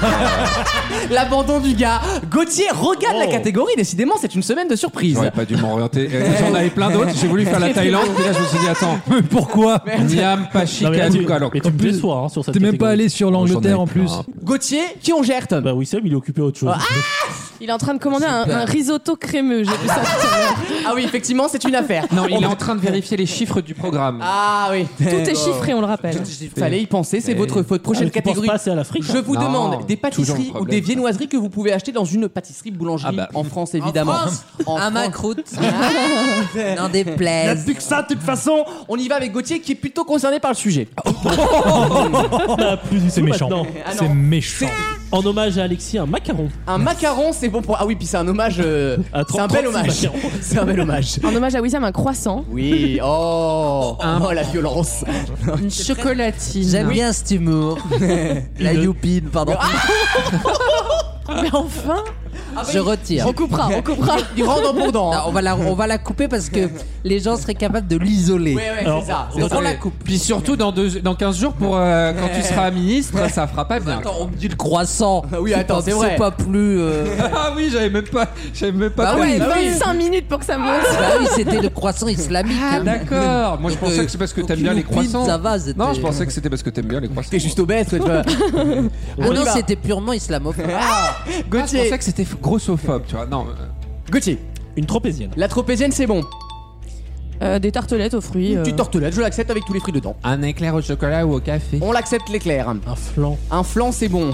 S6: ouais.
S2: L'abandon du gars. Gauthier, regarde
S7: Oh.
S2: la catégorie. Décidément, c'est une semaine de surprise.
S6: J'aurais pas dû m'orienter. Euh, J'en avais plein d'autres. J'ai voulu faire la Thaïlande, mais là je me suis dit attends.
S5: Pourquoi
S6: Nyam
S7: Non, mais là, tu,
S6: Pachikalu Karok.
S7: Ah mais tu me déçois hein, sur cette
S5: T'es même pas
S7: catégorie.
S5: allé sur l'Angleterre en plus.
S2: Gauthier, qui on gère Tom
S7: Bah, Wissem, il est occupé à autre
S2: Ah,
S7: chose.
S4: Il est en train de commander un, un risotto crémeux. J'ai vu ça. tout à l'heure.
S2: Ah oui, effectivement, c'est une affaire.
S6: Non, il
S2: On-
S6: est en train de vérifier les chiffres du programme.
S2: Ah oui.
S4: Tout est chiffré, on le rappelle.
S2: Fallait y penser, c'est
S6: Mais-
S2: votre faute. Prochaine
S7: Ah, mais tu penses
S2: catégorie.
S7: pas, c'est à l'afrique. hein.
S2: Je vous
S6: Non,
S2: demande des
S6: toujours le
S2: pâtisseries ou
S6: problème,
S2: des
S6: ça.
S2: viennoiseries que vous pouvez acheter dans une pâtisserie boulangerie
S6: Ah bah.
S2: en France évidemment.
S3: France,
S2: En
S3: Un
S2: France.
S3: macroute.
S2: Ah.
S3: N'en
S2: Il y a
S3: déplaise.
S2: plus que ça de toute façon. On y va avec Gauthier qui est plutôt concerné par le sujet.
S7: Bah, plus du
S5: C'est
S7: tout
S5: méchant.
S7: maintenant.
S2: Ah non.
S5: C'est méchant.
S7: En hommage à Alexis, un macaron.
S2: Un macaron, c'est bon pour Ah oui, puis c'est un hommage euh,
S7: À
S2: c'est un
S7: 30,
S2: bel
S7: 36
S2: hommage.
S7: macarons.
S2: C'est un bel hommage.
S4: En hommage à Wissam, un croissant.
S2: Oui, oh, oh la violence.
S4: Une chocolatine.
S3: J'aime bien cet humour. la youpine, pardon.
S2: Ah,
S4: Mais enfin,
S3: je retire.
S4: on coupera, on coupera.
S2: Il rentre en bourdon.
S3: Non,
S2: hein.
S3: on, va la, on va la couper parce que les gens seraient capables de l'isoler.
S2: Ouais, ouais,
S7: Alors,
S2: c'est ça. c'est
S3: Donc
S2: ça.
S3: on la coupe.
S6: Puis surtout dans, deux, dans 15 jours, pour, euh, quand tu seras ministre, ça fera pas bien.
S3: Attends, on me dit le croissant.
S2: Ah oui, attends, c'est vrai.
S3: pas plus. euh,
S6: Ah oui, j'avais même pas. J'avais même pas.
S3: Bah
S6: compris.
S3: ouais, bah oui.
S4: 25 minutes pour que ça monte.
S3: Bah oui, c'était le croissant islamique.
S6: Ah, D'accord. Moi, je
S3: Donc,
S6: pensais
S3: euh,
S6: que c'est parce que
S3: donc
S6: t'aimes bien
S3: une
S6: les
S3: lupine,
S6: croissants.
S3: ça va, c'était-
S6: Non, je pensais que c'était parce que t'aimes bien les croissants.
S2: T'es juste obèse, toi, tu vois.
S3: Ah
S2: On y
S3: non,
S2: va.
S3: c'était purement islamophobe.
S6: Ah, je
S2: Gauthier.
S6: pensais que c'était grossophobe, tu vois. Non. euh,
S2: Gauthier,
S7: Une tropézienne.
S2: la tropézienne, c'est bon.
S4: Euh, des tartelettes aux fruits.
S2: Une
S4: euh.
S2: petite tortelette, je l'accepte avec tous les fruits dedans.
S6: Un éclair au chocolat ou au café.
S2: On l'accepte l'éclair.
S7: Un flan.
S2: Un flan, c'est bon.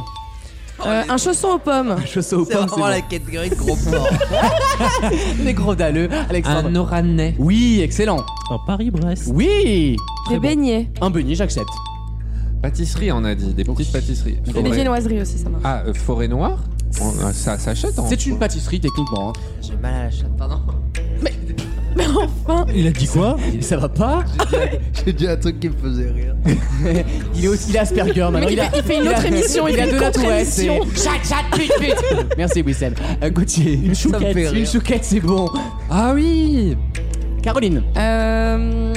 S4: Euh, un chausson aux pommes.
S2: Je sais au
S3: C'est
S2: pomme, c'est
S3: vraiment
S2: bon.
S3: la catégorie de gros porc.
S2: Les gros dalleux, Alexandre.
S6: Un oranais.
S2: Oui, excellent.
S7: Un Paris-Brest.
S2: Oui
S4: Des beignets.
S2: Un beignet, j'accepte.
S6: Pâtisserie, on a dit. Des petites pâtisseries.
S4: Et des
S6: Forêt-
S4: viennoiseries aussi, ça marche.
S6: Ah, euh, forêt noire On- euh, Ça s'achète en.
S2: C'est une pâtisserie, techniquement. hein.
S3: J'ai mal à la chatte, pardon.
S5: Il a dit quoi
S2: Ça va pas
S3: J'ai dit un truc qui me faisait rire.
S2: Il est aussi il a Asperger, maintenant.
S4: il
S2: a,
S4: fait- il fait une
S2: a-
S4: autre émission, il
S2: a
S4: fait
S2: de
S4: une
S2: la tourette.
S4: contre-émission.
S2: c'est- Chat, chat, pute, pute Merci, Wissem. Euh, Gauthier. Une
S3: Ça me fait
S2: Une
S3: rire.
S2: chouquette, c'est bon.
S6: Ah oui
S2: Caroline,
S4: Euh...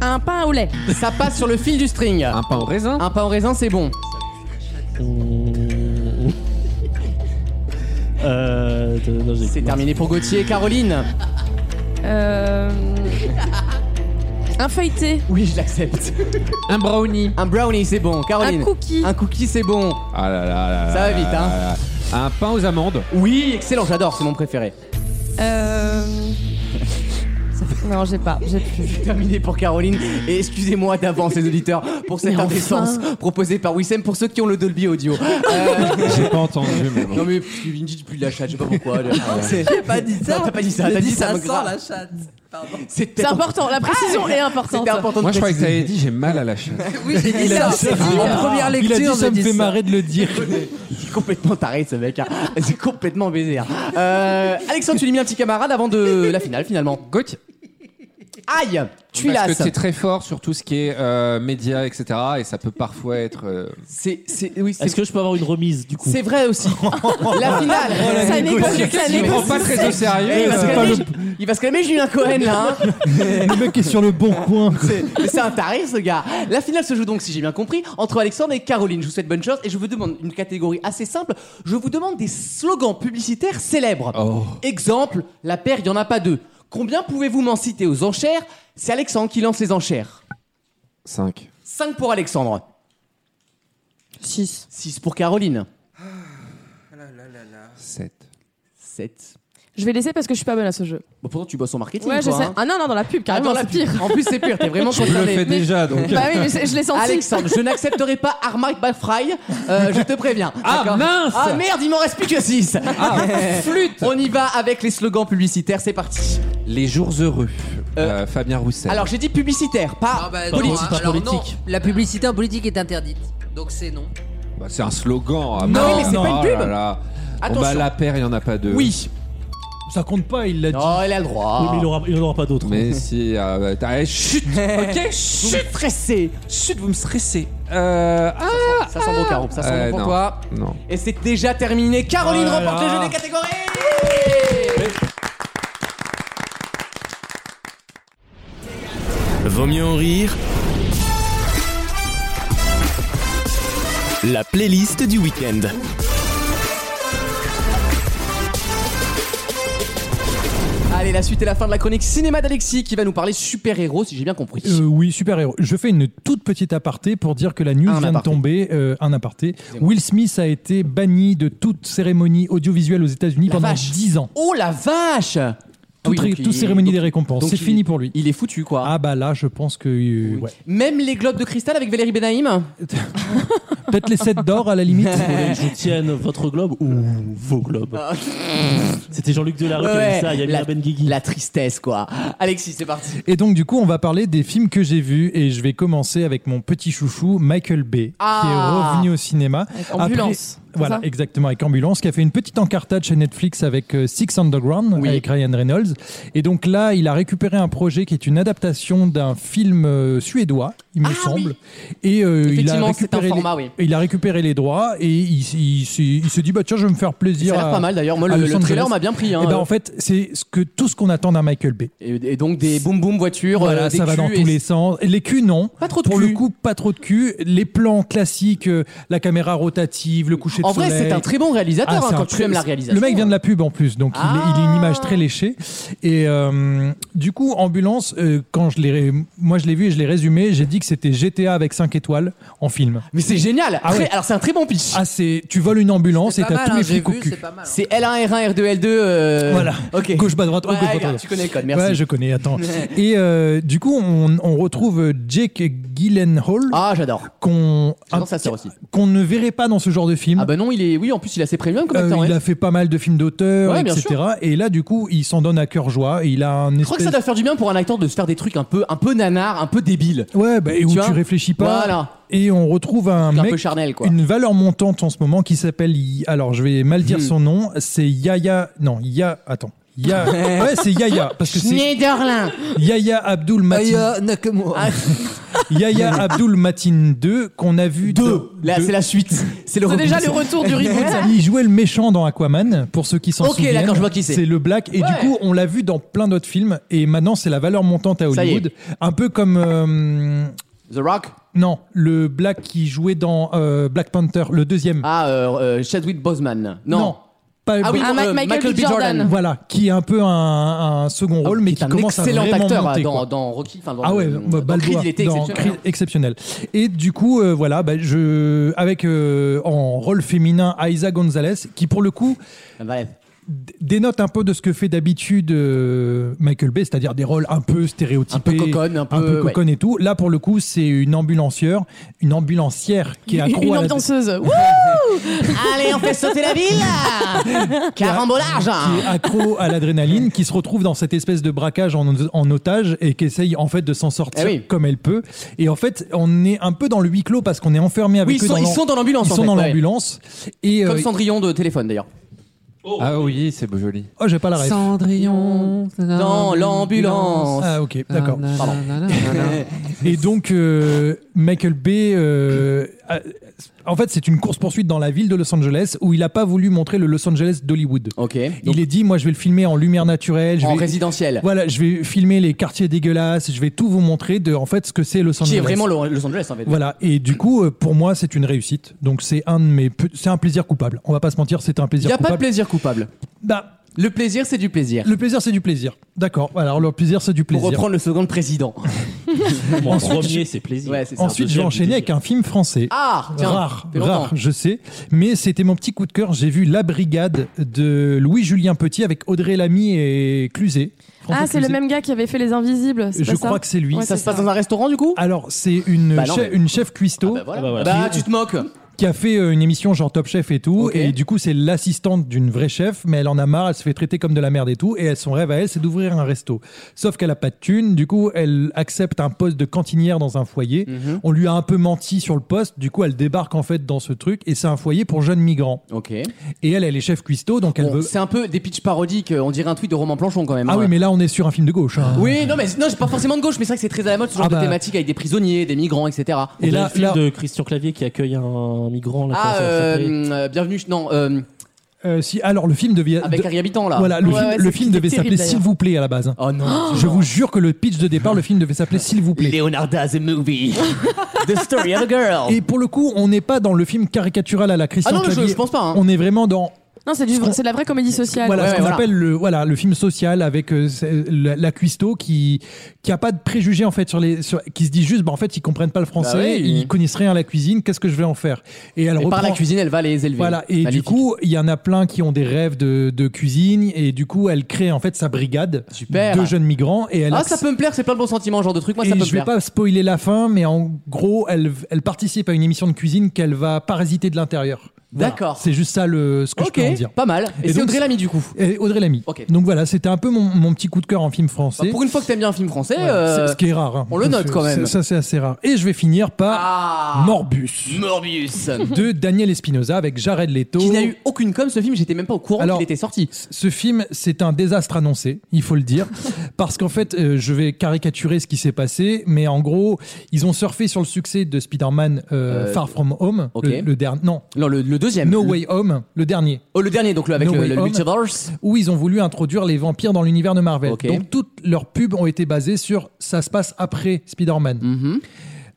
S4: Un pain au lait.
S2: ça passe sur le fil du string.
S6: Un pain au raisin.
S2: Un pain au raisin, c'est bon.
S7: Mmh. Euh, de- non, j'ai-
S2: C'est
S7: non.
S2: terminé pour Gauthier. Caroline
S4: Euh... Un feuilleté.
S2: Oui, je l'accepte.
S6: Un brownie.
S2: Un brownie, c'est bon. Caroline
S4: Un cookie.
S2: Un cookie, c'est bon.
S6: Ah là là là là
S2: Ça va
S6: là
S2: vite,
S6: là
S2: hein.
S6: là là. Un pain aux amandes.
S2: Oui, excellent, j'adore, c'est mon préféré.
S4: Euh... ça fait- Non, j'ai pas. J'ai plus.
S2: Terminé pour Caroline. Et excusez-moi d'avance, les auditeurs, pour cette
S4: Mais enfin.
S2: indécence proposée par Wissem pour ceux qui ont le Dolby Audio. Euh,
S6: J'ai pas entendu, mais bon.
S2: non, mais parce que Vinci, tu plus de la chatte, je sais pas pourquoi. C'est-
S3: J'ai pas dit ça.
S2: Non, t'as pas dit ça,
S3: J'ai
S2: t'as dit ça me
S3: sans
S2: grave.
S3: la chatte. Pardon.
S2: C'est
S4: C'est
S2: peut-être-
S4: important, la précision est importante.
S2: C'était important de
S6: Moi, je croyais que
S2: préciser.
S6: t'avais dit j'ai mal à la chatte.
S3: Oui, j'ai dit
S5: Il a
S3: ça.
S5: dit ça.
S3: En première
S5: Il
S3: lecture,
S5: a dit
S3: j'ai
S5: ça me fait
S3: ça.
S5: marrer de le dire.
S2: Il est complètement taré ce mec. hein. C'est complètement baiser. hein. Euh, Alexandre, tu lui mets un petit camarade avant de la finale finalement.
S6: Gauthier.
S2: Aïe, tu
S6: Parce que
S2: l'as.
S6: t'es très fort sur tout ce qui est euh, médias, etc. Et ça peut parfois être. euh,
S2: C'est c'est oui c'est
S7: Est-ce que je peux avoir une remise du coup
S2: c'est vrai aussi. la finale.
S4: Ça négocie,
S2: Gauthier,
S4: ça
S2: tu
S6: Oh Il
S4: négocie.
S6: prend pas très au sérieux.
S2: Eh, il, va se
S6: euh,
S2: calmer, Ju- il va se calmer Julien Cohen là. hein.
S5: Le mec est sur le bon coin.
S2: C'est mais c'est un taré ce gars. La finale se joue donc, si j'ai bien compris, entre Alexandre et Caroline. Je vous souhaite bonne chance et je vous demande une catégorie assez simple. Je vous demande des slogans publicitaires célèbres.
S6: Oh.
S2: Exemple, la paire, il n'y en a pas deux. Combien pouvez-vous m'en citer aux enchères C'est Alexandre qui lance les enchères.
S6: 5.
S2: 5 pour Alexandre,
S4: 6.
S2: 6 pour Caroline,
S6: 7.
S2: 7.
S4: Je vais laisser parce que je suis pas bonne à ce jeu.
S2: Bon, pourtant, tu bosses en marketing.
S4: Ouais, je
S2: toi,
S4: sais.
S2: hein.
S4: Ah non, non, dans la pub, carrément,
S2: Dans la
S4: c'est pire.
S2: pub. En plus, c'est pire, t'es vraiment
S6: Je le fais
S2: concerné.
S6: déjà, donc.
S4: Bah oui, mais c'est- je l'ai senti.
S2: Alexandre, je n'accepterai pas Armagh by Fry, euh, je te préviens. Ah mince Ah merde, il m'en reste plus que 6
S5: Ah,
S2: Flûte On y va avec les slogans publicitaires, c'est parti.
S6: Les jours heureux.
S2: Euh,
S6: Euh, Fabien Roussel.
S2: Alors j'ai dit publicitaire, pas
S3: Ah bah non,
S2: politique.
S3: hein, alors non, la publicité en politique est interdite. Donc c'est non.
S6: Bah, c'est un slogan. ah,
S2: Non,
S6: bah,
S2: mais c'est pas une
S6: oh
S2: pub.
S6: là là.
S2: Attention.
S6: Oh, bah, la paire, il n'y en a pas deux.
S2: Oui.
S5: Ça compte pas, il l'a dit.
S2: Oh, elle a le
S7: Oui, mais
S2: droit.
S7: il aura- il n'en aura pas d'autres.
S6: Mais si. ah, bah, t'as- eh, chut
S2: ok, chut, vous me stressez.
S6: Chut, vous me stressez. Euh, ah,
S2: Ça sent bon, Caro, ça sent
S6: Euh,
S2: bon pour
S6: non.
S2: toi.
S6: non.
S2: Et c'est déjà terminé. Caroline
S5: Oh là
S2: remporte le
S5: là.
S2: jeu des catégories.
S1: Vaut mieux en rire. La playlist du week-end.
S2: Allez, la suite et la fin de la chronique cinéma d'Alexis qui va nous parler super-héros, si j'ai bien compris.
S5: Euh, oui, super héros. Je fais une toute petite aparté pour dire que la news
S2: Un
S5: vient
S2: aparté.
S5: de tomber. euh, un aparté. Will Smith a été banni de toute cérémonie audiovisuelle aux États-Unis
S2: La
S5: pendant
S2: vache.
S5: 10 ans.
S2: Oh la vache
S5: Toute,
S2: Oui,
S5: ré-
S2: donc
S5: toute
S2: il-
S5: cérémonie
S2: donc-
S5: des récompenses.
S2: donc
S5: C'est
S2: il-
S5: fini pour lui.
S2: Il est foutu quoi.
S5: Ah bah là, je pense que euh, ouais.
S2: Même les globes de cristal avec Valérie
S7: Ah
S2: Benaïm
S5: peut-être les 7 d'or à la limite.
S7: Faudrait que
S2: Euh.
S7: je tienne votre globe ou vos globes. C'était Jean-Luc Delarue qui a
S2: Ah. Ouais,
S7: dit ça, il y a
S2: la-
S7: Mila Benguigui.
S2: La tristesse quoi. Alexis, c'est parti.
S5: Et donc du coup, on va parler des films que j'ai vus et je vais commencer avec mon petit chouchou Michael Bay
S2: Ah.
S5: qui est revenu au cinéma. Après-
S4: Ambulance. c'est
S5: Voilà,
S4: ça
S5: exactement, avec Ambulance, qui a fait une petite encartade chez Netflix avec euh, Six Underground,
S2: Oui.
S5: avec Ryan Reynolds. Et donc là, il a récupéré un projet qui est une adaptation d'un film euh, suédois, il me
S2: Ah
S5: semble. Et euh, il a
S2: Effectivement, c'est un
S5: récupéré
S2: format,
S5: les...
S2: oui.
S5: Il a récupéré les droits et il, s- il s- il se dit bah tiens je vais me faire plaisir.
S2: Ça a l'air
S5: à-
S2: pas mal d'ailleurs. Moi,
S5: à
S2: le,
S5: Los
S2: le trailer
S5: Angeles.
S2: m'a bien pris. hein.
S5: Et ben en fait c'est ce que tout ce qu'on attend d'un Michael Bay.
S2: Et, et donc des boum boum voitures, euh,
S5: Voilà,
S2: des
S5: ça va dans
S2: culs et-
S5: tous les sens. Les culs, non.
S2: Pas trop de
S5: Pour
S2: cul.
S5: le coup, pas trop de cul. Les plans classiques, euh, la caméra rotative, le coucher de
S2: En vrai,
S5: soleil.
S2: c'est un très bon réalisateur
S5: Ah,
S2: hein,
S5: c'est
S2: quand
S5: un
S2: tu
S5: très-
S2: aimes la réalisation.
S5: Le mec vient de la pub en plus, donc il est- il, a une image très léchée. Et euh, du coup, Ambulance, euh, quand je l'ai, ré- moi je l'ai vu et je l'ai résumé, j'ai dit que c'était GTA avec 5 étoiles en film.
S2: Mais c'est génial.
S5: Ah
S2: Très-
S5: ouais.
S2: Alors c'est un très bon pitch. Ah,
S5: Ah, c'est, tu voles une ambulance
S3: C'est
S5: et
S3: pas
S5: t'as
S3: mal,
S5: tous
S3: hein,
S5: les
S3: j'ai
S5: flics au
S3: vu,
S5: cul.
S3: c'est pas mal. hein.
S2: c'est L1 R1 R2 L2. euh,
S5: Voilà.
S2: Ok.
S5: Gauche bas droite, haut,
S2: Ouais,
S5: gauche bas
S2: grave,
S5: droite.
S2: tu connais le code. Merci.
S5: Ouais, je connais, attends. Et euh, du coup, on, on retrouve euh, Jake Gyllenhaal.
S2: Ah j'adore.
S5: qu'on
S2: J'adore sa sœur aussi.
S5: qu'on ne verrait pas dans ce genre de film.
S2: Ah bah non, il est oui en plus il est assez premium comme
S5: Euh,
S2: acteur.
S5: il
S2: hein.
S5: a fait pas mal de films d'auteur,
S2: Ouais, bien
S5: etc. Et là, du coup, il s'en donne à cœur joie. Et il a un
S2: Je crois que
S5: espèce.
S2: ça doit faire du bien pour un acteur de se faire des trucs un peu un peu nanar, un peu débile.
S5: Ouais, bah, et où
S2: Tu
S5: tu,
S2: vois
S5: réfléchis pas.
S2: Voilà.
S5: Et on retrouve un
S2: Un
S5: mec,
S2: peu charnel quoi.
S5: une valeur montante en ce moment qui s'appelle. I- Alors, je vais mal dire
S2: Hmm.
S5: son nom. C'est Yaya. Non, Ya. Attends. Ya. ouais, c'est Yaya. Parce que c'est Bah,
S2: Schneiderlin.
S5: Yaya Abdul Matin.
S3: Aya
S2: Ah,
S3: Nakamura.
S5: Yaya Abdul Matin 2 qu'on a vu.
S2: Deux.
S5: dans-
S2: Là
S5: deux.
S2: c'est la suite. C'est le
S4: C'est déjà le
S2: reboot.
S4: retour du reboot.
S5: Il jouait le méchant dans Aquaman, pour ceux qui s'en
S2: Ok,
S5: souviennent.
S2: d'accord, je vois qui c'est.
S5: C'est le Black. Et du
S2: Ouais.
S5: coup, on l'a vu dans plein d'autres films. Et maintenant, c'est la valeur montante à
S2: Ça y est.
S5: Hollywood. Un peu comme. euh,
S2: The Rock.
S5: non, le Black qui jouait dans euh, Black Panther, le deuxième.
S2: Ah euh, euh, Chadwick Boseman. Ah, Non.
S5: pas
S2: Ah oui,
S4: Un
S2: non,
S4: Mac-
S2: euh,
S4: Michael B. Jordan.
S5: voilà, qui est un peu un, un second
S2: Ah oui,
S5: rôle, mais
S2: qui est
S5: qui
S2: un
S5: commence à
S2: excellent
S5: vraiment
S2: acteur
S5: monter,
S2: euh,
S5: quoi.
S2: dans, dans Rocky. Enfin, dans,
S5: Ah ouais,
S2: euh,
S5: bah,
S2: dans Creed,
S5: Balboa,
S2: il était
S5: dans
S2: exceptionnel.
S5: Creed, exceptionnel. Et du coup, euh, voilà, bah, je, avec euh, en rôle féminin Aiza Gonzalez, qui pour le coup
S2: Ah, bref.
S5: d- dénote un peu de ce que fait d'habitude euh, Michael Bay, c'est-à-dire des rôles un peu stéréotypés,
S2: Un peu coconne, un peu-
S5: coconne et tout. Là, pour le coup, c'est une ambulancière, une ambulancière qui est accro
S4: Une
S5: à la-
S4: ambianceuse. Wouh
S2: Allez, on fait sauter la ville Carambolage hein.
S5: qui est accro à l'adrénaline, qui se retrouve dans cette espèce de braquage en, en otage et qui essaye en fait de s'en sortir
S2: Eh oui.
S5: comme elle peut. Et en fait, on est un peu dans le huis clos parce qu'on est enfermé avec
S2: Oui, ils
S5: eux
S2: sont,
S5: dans
S2: ils
S5: l'am-
S2: sont dans l'ambulance.
S5: Ils
S2: en
S5: sont
S2: fait,
S5: dans
S2: ouais.
S5: l'ambulance et
S2: Comme
S5: euh,
S2: Cendrillon de téléphone d'ailleurs.
S6: Ah oui, c'est beau, joli.
S5: oh j'ai pas la ref.
S3: Cendrillon
S2: Dans l'ambulance.
S5: Ah ok d'accord.
S2: Pardon.
S5: Et donc euh, Michael Bay, euh, a- en fait c'est une course poursuite dans la ville de Los Angeles où il a pas voulu montrer le Los Angeles d'Hollywood.
S2: Ok.
S5: il est dit moi je vais le filmer en lumière naturelle, je
S2: Oh, en
S5: vais-
S2: résidentiel.
S5: Voilà, je vais filmer les quartiers dégueulasses, je vais tout vous montrer de en fait ce que c'est Los Angeles.
S2: Qui est vraiment le- Los Angeles en fait.
S5: Voilà, et du coup, euh, pour moi, c'est une réussite. Donc, c'est un de mes, pe- c'est un plaisir coupable. On va pas se mentir, c'est un
S2: Il
S5: plaisir
S2: n'y a pas
S5: coupable.
S2: de plaisir coupable.
S5: Bah,
S2: Le plaisir, c'est du plaisir.
S5: le plaisir, c'est du plaisir. D'accord. Alors, le plaisir, c'est du
S2: Pour
S5: plaisir.
S2: reprendre le second président.
S7: Mon premier, c'est plaisir.
S2: Ouais, c'est ça.
S5: Ensuite, je vais
S7: Deuxième,
S5: enchaîner
S7: du
S5: avec
S7: délire.
S5: un film français.
S2: Ah, tiens,
S5: rare,
S2: fait longtemps.
S5: rare, je sais. Mais c'était mon petit coup de cœur. J'ai vu La Brigade de Louis-Julien Petit avec Audrey Lamy et Cluzet. François
S4: Ah, c'est le
S5: Cluzet.
S4: même gars qui avait fait Les Invisibles. c'est
S5: Je
S4: pas ça
S5: crois que c'est lui.
S4: Ouais,
S2: Ça
S4: c'est
S2: se passe dans un restaurant du coup
S5: Alors, c'est une,
S2: Bah non,
S5: chef,
S2: mais-
S5: une chef cuistot.
S2: Bah voilà.
S7: Ah bah voilà.
S2: Bah, tu te moques.
S5: Ah, qui a fait euh, une émission genre Top Chef et tout.
S2: Ok.
S5: Et du coup, c'est l'assistante d'une vraie chef, mais elle en a marre, elle se fait traiter comme de la merde et tout. Et elle- son rêve à elle, c'est d'ouvrir un resto. Sauf qu'elle a pas de thune. Du coup, elle accepte un poste de cantinière dans un foyer.
S2: Mhm.
S5: On lui a un peu menti sur le poste. Du coup, elle débarque en fait dans ce truc. Et c'est un foyer pour jeunes migrants.
S2: Ok.
S5: Et elle, elle est chef cuistot, donc elle
S2: Bon,
S5: veut.
S2: C'est un peu des pitchs parodiques. euh, On dirait un tweet de Roman Planchon quand même.
S5: Ah
S2: hein.
S5: oui, mais là, on est sur un film de gauche. hein.
S2: Oui, non, mais non, j'ai pas forcément de gauche, mais c'est vrai que c'est très à la mode ce genre
S5: Ah bah.
S2: de thématique avec des prisonniers, des migrants, etc.
S5: Et là,
S7: le film
S5: là-
S7: de Christian Clavier qui accueille un migrant. Là,
S2: Ah,
S7: comment ça
S2: euh,
S7: s'appelait
S2: euh, bienvenue, non, euh,
S5: Euh, si, alors, le film devait.
S2: avec
S5: de-
S2: Harry Habitant là.
S5: Voilà, le
S4: Ouais,
S5: film,
S4: ouais,
S5: le
S4: c'est-
S5: film
S4: c'est
S5: devait
S4: terrible,
S5: s'appeler S'il
S4: d'ailleurs.
S5: vous plaît à la base. hein.
S2: Oh non.
S5: Je vous jure que le pitch de départ, le film devait s'appeler S'il vous plaît.
S2: Leonardo the movie. the story of a girl.
S5: Et pour le coup, on n'est pas dans le film caricatural à la
S2: ah
S5: Christian
S2: non, mais je,
S5: Clavier.
S2: je pense pas. hein.
S5: On est vraiment dans
S4: Non, c'est du vrai- c'est de la vraie comédie sociale.
S5: voilà,
S2: ouais,
S5: ce qu'on
S2: voilà.
S5: appelle le, voilà, le film social avec euh, c'est- la, la cuistot qui qui a pas de préjugés en fait sur les sur- qui se dit juste bah en fait ils comprennent pas le français,
S2: ouais,
S5: ils
S2: ils-
S5: connaissent rien à la cuisine, qu'est-ce que je vais en faire Et
S2: Et
S5: elle
S2: par
S5: reprend-
S2: la cuisine, elle va les élever.
S5: Voilà, et
S2: Magnifique.
S5: du coup, il y en a plein qui ont des rêves de, de cuisine, et du coup, elle crée en fait sa brigade
S2: Super.
S5: de jeunes migrants, et elle
S2: Ah,
S5: acc-
S2: ça peut me plaire, c'est plein de bons sentiments, genre de truc. Moi,
S5: et
S2: ça peut me
S5: je vais
S2: plaire.
S5: pas spoiler la fin, mais en gros, elle, elle participe à une émission de cuisine qu'elle va parasiter de l'intérieur. Voilà.
S2: D'accord.
S5: C'est juste ça le, ce que je peux en
S2: Ok,
S5: dire.
S2: pas mal. Et,
S5: Et
S2: c'est
S5: donc,
S2: Audrey Lamy du coup.
S5: Et Audrey Lamy.
S2: Ok.
S5: Donc voilà, c'était un peu mon, mon petit coup de cœur en film français.
S2: Bah, pour une fois que t'aimes bien un film français.
S5: Voilà.
S2: euh,
S5: C'est- ce qui est rare. hein.
S2: on le note quand
S5: C'est-
S2: même.
S5: Ça, c'est assez rare. Et je vais finir par
S2: Ah.
S5: Morbus
S2: Morbius.
S5: de Daniel Espinosa avec Jared Leto.
S2: Qui n'a eu aucune com ce film, j'étais même pas au courant
S5: Alors-
S2: qu'il était sorti.
S5: Ce film, c'est un désastre annoncé, il faut le dire, parce qu'en fait, euh, je vais caricaturer ce qui s'est passé, mais en gros, ils ont surfé sur le succès de Spider-Man euh,
S2: Euh,
S5: Far From Home,
S2: ok.
S5: le, le dernier, non,
S2: Non, le, le deuxième.
S5: No
S2: Le-
S5: Way Home, le dernier,
S2: Oh, le dernier, donc le, avec
S5: No
S2: le,
S5: Way
S2: le
S5: Home.
S2: Multiverse.
S5: où ils ont voulu introduire les vampires dans l'univers de Marvel.
S2: Ok.
S5: Donc toutes leurs pubs ont été basées sur ça se passe après Spider-Man.
S2: Mm.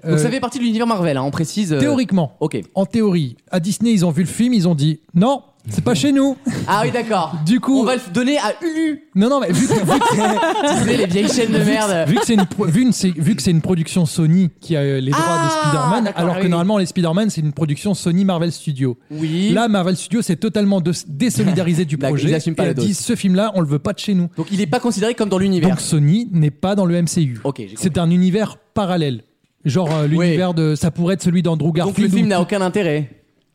S5: Euh,
S2: Donc ça fait Mhm. partie de l'univers Marvel, hein, on précise. euh,
S5: Théoriquement,
S2: Ok.
S5: en théorie, à Disney, ils ont vu le film, ils ont dit non, c'est pas chez nous.
S2: Ah oui, d'accord.
S5: Du coup-
S2: on va le donner à Ulu.
S5: Non, non, mais vu que, vu que-
S2: Tu sais, les vieilles chaînes de merde.
S5: vu que c'est une, pro- vu une- c'est- vu que c'est une production Sony qui a euh, les droits
S2: Ah,
S5: de Spider-Man,
S2: d'accord,
S5: alors
S2: ah
S5: que
S2: oui.
S5: normalement les Spider-Man c'est une production Sony Marvel Studio.
S2: Oui.
S5: Là, Marvel Studio s'est totalement dés- désolidarisé du
S2: D'accord,
S5: projet
S2: ils assument pas
S5: et
S2: la
S5: a dit
S2: dose.
S5: ce film-là, on le veut pas de chez nous.
S2: Donc il est pas considéré comme dans l'univers.
S5: Donc Sony n'est pas dans le MCU.
S2: Ok, j'ai compris.
S5: c'est un univers parallèle. Genre euh, l'univers de ça pourrait être celui d'Andrew
S2: Donc,
S5: Garfield.
S2: le film
S5: où
S2: n'a aucun intérêt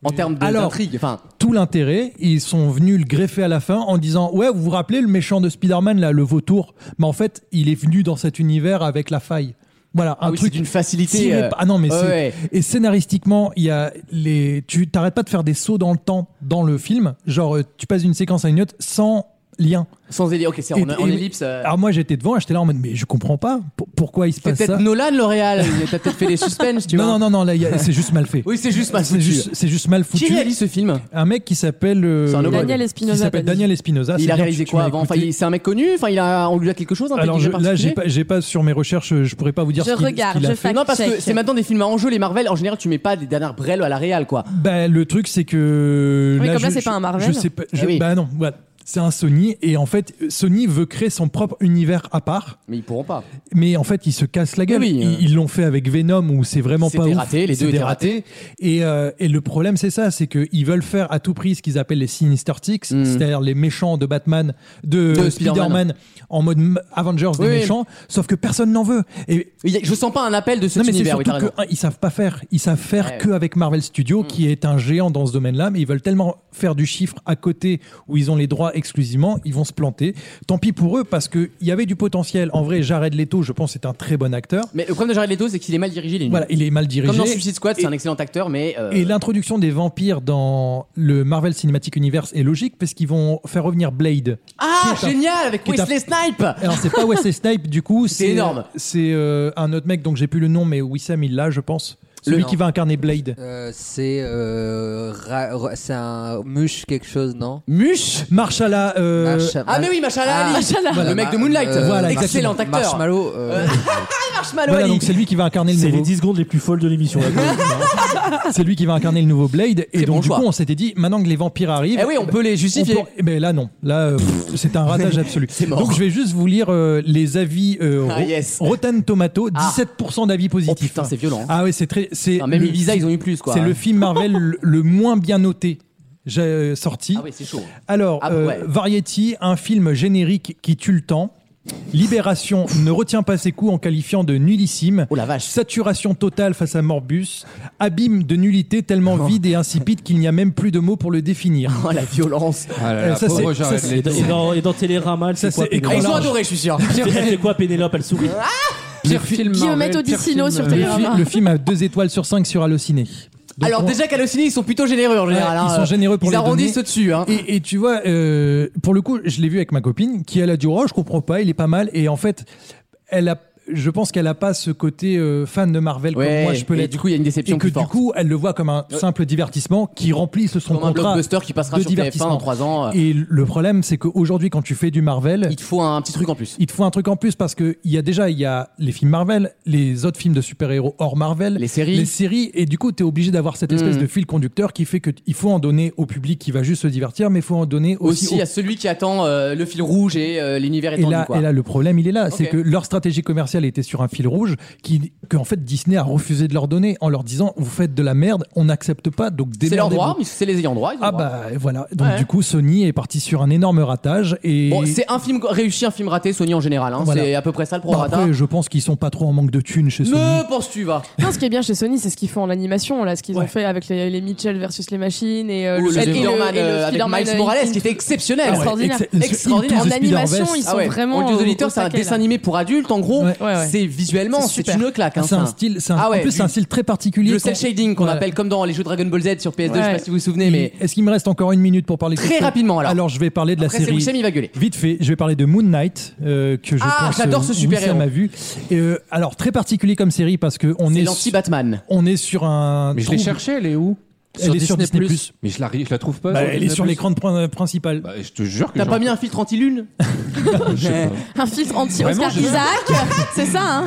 S2: en termes de-
S5: Alors-
S2: d'intrigue. Enfin,
S5: tout l'intérêt, ils sont venus le greffer à la fin en disant "Ouais, vous vous rappelez le méchant de Spider-Man là, le vautour Mais en fait, il est venu dans cet univers avec la faille." Voilà, un
S2: ah oui, c'est
S5: truc
S2: d'une facilité.
S5: tiré
S2: euh,
S5: par- Ah non, mais
S2: ouais,
S5: c'est-
S2: ouais.
S5: Et scénaristiquement, il y a les. Tu t'arrêtes pas de faire des sauts dans le temps dans le film. Genre, euh, tu passes d'une séquence à une autre sans lien.
S2: Sans élipse. Ok, c'est en,
S5: Et-
S2: en
S5: et-
S2: ellipse. euh,
S5: Alors moi j'étais devant, j'étais là en mode mais je comprends pas pour- pourquoi il se
S2: C'est
S5: passe ça.
S2: peut-être Nolan, L'Oréal. T'as peut-être fait des suspens, tu vois.
S5: non, non, non, non, là, il y a- c'est juste mal fait.
S2: Oui, c'est juste mal
S5: C'est
S2: foutu.
S5: juste, c'est juste mal foutu.
S2: Qui réalise ce film
S5: Un mec qui s'appelle euh,
S2: C'est un homme. Daniel
S5: Qui
S4: Espinosa,
S5: s'appelle
S4: t'as dit.
S5: Daniel Espinosa. Ah, c'est
S2: Il a
S5: bien,
S2: réalisé
S5: tu- tu
S2: quoi
S5: m'as
S2: avant Enfin,
S5: écouté.
S2: il- c'est un mec connu. Enfin, il a, on lui a quelque chose. Un
S5: Alors
S2: pedigree
S5: je- là j'ai
S2: particulier
S5: pas, j'ai pas sur mes recherches, euh, je pourrais pas vous dire.
S4: Je
S5: ce qu'il- ce
S4: regarde,
S5: qu'il a
S4: je
S5: fait.
S4: fact
S2: Non, parce que
S4: check.
S2: c'est maintenant des films à enjeu. Les Marvel, en général, tu mets pas les dernières brelles à la réal, quoi.
S5: Bah, le truc c'est que.
S4: Oui, comme là,
S5: je-
S4: c'est pas un Marvel.
S5: Je sais pas. je-
S2: Eh oui.
S5: Bah non, voilà. c'est un Sony et en fait Sony veut créer son propre univers à part.
S2: Mais ils pourront pas.
S5: mais en fait ils se cassent la gueule.
S2: Oui, oui,
S5: Ils-
S2: euh.
S5: ils l'ont fait avec Venom où c'est vraiment
S2: C'était
S5: pas ouf.
S2: raté, les deux
S5: C'était
S2: étaient
S5: raté. Et, euh, et le problème c'est ça, c'est qu'ils veulent faire à tout prix ce qu'ils appellent les Sinister Six,
S2: Mm.
S5: c'est-à-dire les méchants de Batman, de,
S2: De Spider-Man.
S5: Spider-Man en mode m- Avengers des
S2: Oui, oui.
S5: méchants, sauf que personne n'en veut. Et
S2: Il y a- Je sens pas un appel de
S5: non
S2: cet
S5: mais c'est
S2: univers. oui,
S5: surtout
S2: t'as
S5: que
S2: raison.
S5: un, ils savent pas faire, ils savent faire
S2: Ouais. Mm.
S5: que avec Marvel Studios qui est un géant dans ce domaine-là, mais ils veulent tellement faire du chiffre à côté où ils ont les droits exclusivement, ils vont se planter. Tant pis pour eux parce que il y avait du potentiel. En vrai, Jared Leto, je pense, est un très bon acteur.
S2: Mais le problème de Jared Leto, c'est qu'il est mal dirigé. Il est nul.
S5: Voilà, il est mal dirigé.
S2: Mm. Comme dans Suicide Squad, c'est
S5: Et-
S2: un excellent acteur, mais. euh,
S5: Et l'introduction des vampires dans le Marvel Cinematic Universe est logique parce qu'ils vont faire revenir Blade.
S2: Ah,
S5: qui est un-
S2: génial Avec
S5: qui est un-
S2: Wesley Snipe
S5: Alors c'est pas Wesley Snipe du coup,
S2: C'est énorme.
S5: C'est euh, un autre mec dont j'ai plus le nom, mais Wissam il l'a, je pense.
S2: Le-
S5: Celui qui va incarner Blade.
S3: Euh, c'est euh, ra- ra- c'est un muche quelque chose, non
S2: Mush
S5: Marshala. euh,
S3: Macha-
S2: Ah, mais oui, Machala Ali.
S4: Machala.
S2: Voilà, Le mec de Moonlight.
S5: voilà,
S2: excellent
S3: Marshmallow,
S2: acteur.
S3: Marshmallow. euh,
S2: Marshmallow
S5: voilà,
S2: Ali.
S5: donc c'est lui qui va incarner le
S7: C'est les
S5: nouveau.
S7: 10 secondes les plus folles de l'émission. là, quand même.
S5: C'est lui qui va incarner le nouveau Blade.
S2: Très
S5: Et
S2: bon
S5: donc du
S2: choix.
S5: coup, on s'était dit, maintenant que les vampires arrivent, bah,
S2: Eh oui, on peut les justifier.
S5: On peut- Mais là, non. Là, euh, pff, c'est un ratage absolu.
S2: mort.
S5: Donc, je vais juste vous lire euh, les avis. euh,
S2: Ah,
S5: Ro-
S2: yes.
S5: Rotten Tomato,
S2: Ah.
S5: 17% d'avis
S2: Oh
S5: positifs.
S2: putain, c'est violent. hein.
S5: ah ouais, c'est très. C'est
S2: Enfin, même
S5: le-
S2: Ibiza, ils ont eu plus, quoi.
S5: C'est le film Marvel le, le moins bien noté j'ai, euh, sorti.
S2: Ah, oui, c'est chaud.
S5: Alors,
S2: Ah,
S5: euh,
S2: ouais.
S5: Variety, un film générique qui tue le temps. Libération ne retient pas ses coups en qualifiant de nullissime.
S2: Oh la vache.
S5: Saturation totale face à Morbus, abîme de nullité tellement vide et insipide qu'il n'y a même plus de mots pour le définir.
S2: Oh la violence.
S6: Ah là là,
S5: Ça, c'est-
S6: pauvre Jared
S5: ça, c'est-
S7: Et
S6: Leto.
S7: dans- et dans, et dans Télérama, elle
S5: Ça,
S7: fait quoi,
S5: c'est
S7: Pénélope
S2: Ah, ils
S5: écran
S2: ont
S5: large.
S2: adoré, je suis sûr.
S7: Elle fait quoi, Pénélope Elle sourit.
S2: Ah,
S6: Pire film
S4: Guillaume
S6: Marvel, pire
S4: Odissino
S6: film,
S4: sur
S6: euh,
S5: Le,
S4: Télérama.
S5: fi- le film a deux étoiles sur 5 sur Allociné. Donc
S2: Alors
S5: on-
S2: déjà qu'Allociné, ils sont plutôt généreux en général.
S5: Ouais,
S2: hein.
S5: ils sont généreux pour
S2: Ils
S5: les
S2: arrondissent
S5: données.
S2: au-dessus. Hein.
S5: et, et tu vois, euh, pour le coup, je l'ai vu avec ma copine qui elle a dit oh je comprends pas, il est pas mal et en fait elle a, je pense qu'elle a pas ce côté euh, fan de Marvel comme
S2: Ouais,
S5: moi je peux
S2: et
S5: l'être.
S2: du coup, il y a une
S5: et
S2: déception
S5: que
S2: plus
S5: du
S2: forte.
S5: coup elle le voit comme un simple divertissement qui remplit son
S2: Comme un
S5: contrat.
S2: blockbuster qui passera
S5: de
S2: sur TF1
S5: divertissement.
S2: dans 3 ans. euh,
S5: Et le problème c'est qu'aujourd'hui quand tu fais du Marvel,
S2: Il te faut un petit truc en plus.
S5: il te faut un truc en plus parce que il y a déjà il y a les films Marvel, les autres films de super-héros hors Marvel,
S2: Les séries.
S5: les séries et du coup tu es obligé d'avoir cette espèce
S2: Mm.
S5: de fil conducteur qui fait que t- il faut en donner au public qui va juste se divertir mais il faut en donner aussi,
S2: Aussi
S5: au-
S2: à celui qui attend euh, le fil rouge et euh, l'univers
S5: et
S2: étendu.
S5: là,
S2: quoi.
S5: et là, le problème, il est là. C'est
S2: Ok.
S5: que leur stratégie commerciale était sur un fil rouge qui, que, en fait, Disney a refusé de leur donner en leur disant Vous faites de la merde, on n'accepte pas, donc
S2: c'est leur
S5: démerdez-vous.
S2: droit, mais c'est les ayants droit. ils ont
S5: Ah,
S2: le droit.
S5: bah voilà. Donc,
S2: Ouais.
S5: du coup, Sony est parti sur un énorme ratage. Et
S2: Bon, c'est un film réussi, un film raté, Sony en général. hein.
S5: Voilà.
S2: C'est à peu près ça le
S5: Bon,
S2: prorata.
S5: après, je pense qu'ils sont pas trop en manque de thunes chez Sony. Ah
S2: Ne penses-tu, va
S4: Non, ce qui est bien chez Sony, c'est ce qu'ils font en animation, là, ce qu'ils ont
S5: Ouais.
S4: fait avec les, les Mitchell versus les machines et euh,
S2: Ou
S4: le,
S2: le
S4: et le-
S2: Spider-Man
S4: et le
S2: euh, avec
S4: Spider-Man,
S2: Miles
S4: euh,
S2: Morales,
S4: in-
S2: qui était exceptionnel.
S4: Ah ouais. Extraordinaire.
S5: Ex-
S2: Extraordinaire.
S5: Into the
S4: En animation,
S5: Spider-Verse.
S4: ils sont vraiment.
S2: Au Dieu de
S4: au-
S2: l'Auditeur,
S4: au
S2: c'est un
S4: taquet, là.
S2: dessin animé pour adultes. En gros,
S5: Ouais.
S4: Ouais, ouais.
S2: c'est visuellement,
S4: C'est
S2: c'est
S4: super.
S2: une claque. hein,
S5: Ah, c'est un
S2: ça.
S5: style, c'est un-
S2: Ah ouais,
S5: en plus,
S2: du-
S5: c'est un style très particulier.
S2: Le
S5: qu'on-
S2: cell shading qu'on
S5: Voilà.
S2: appelle comme dans les jeux Dragon Ball Z sur PS2, je sais
S4: Ouais.
S2: pas si vous vous souvenez, mais
S5: Est-ce qu'il me reste encore une minute pour parler de
S2: Très
S5: cette série
S2: rapidement, alors.
S5: je vais parler de
S2: après
S5: la
S2: c'est
S5: série.
S2: Wissem, il va gueuler.
S5: Vite fait, je vais parler de Moon Knight euh, que je
S2: Ah,
S5: pense
S2: j'adore ce
S5: euh,
S2: super-héros.
S5: Wissem a vu. Et, euh, alors très particulier comme série parce que on est,
S2: C'est
S5: su-
S2: l'anti-Batman.
S5: on est sur un.
S6: Mais je l'ai
S5: trouble-
S6: cherchée, elle est où
S5: Elle est sur Disney+.
S6: Mais je la, ri- je la trouve pas.
S5: Bah, elle est
S6: Disney+.
S5: sur l'écran de prin- principal.
S6: Bah, je te jure que
S2: T'as
S6: j'en-
S2: pas mis un filtre anti-lune
S6: je sais pas.
S4: Un filtre
S6: Vraiment,
S4: anti-Oscar
S6: je-
S4: Isaac, c'est ça, hein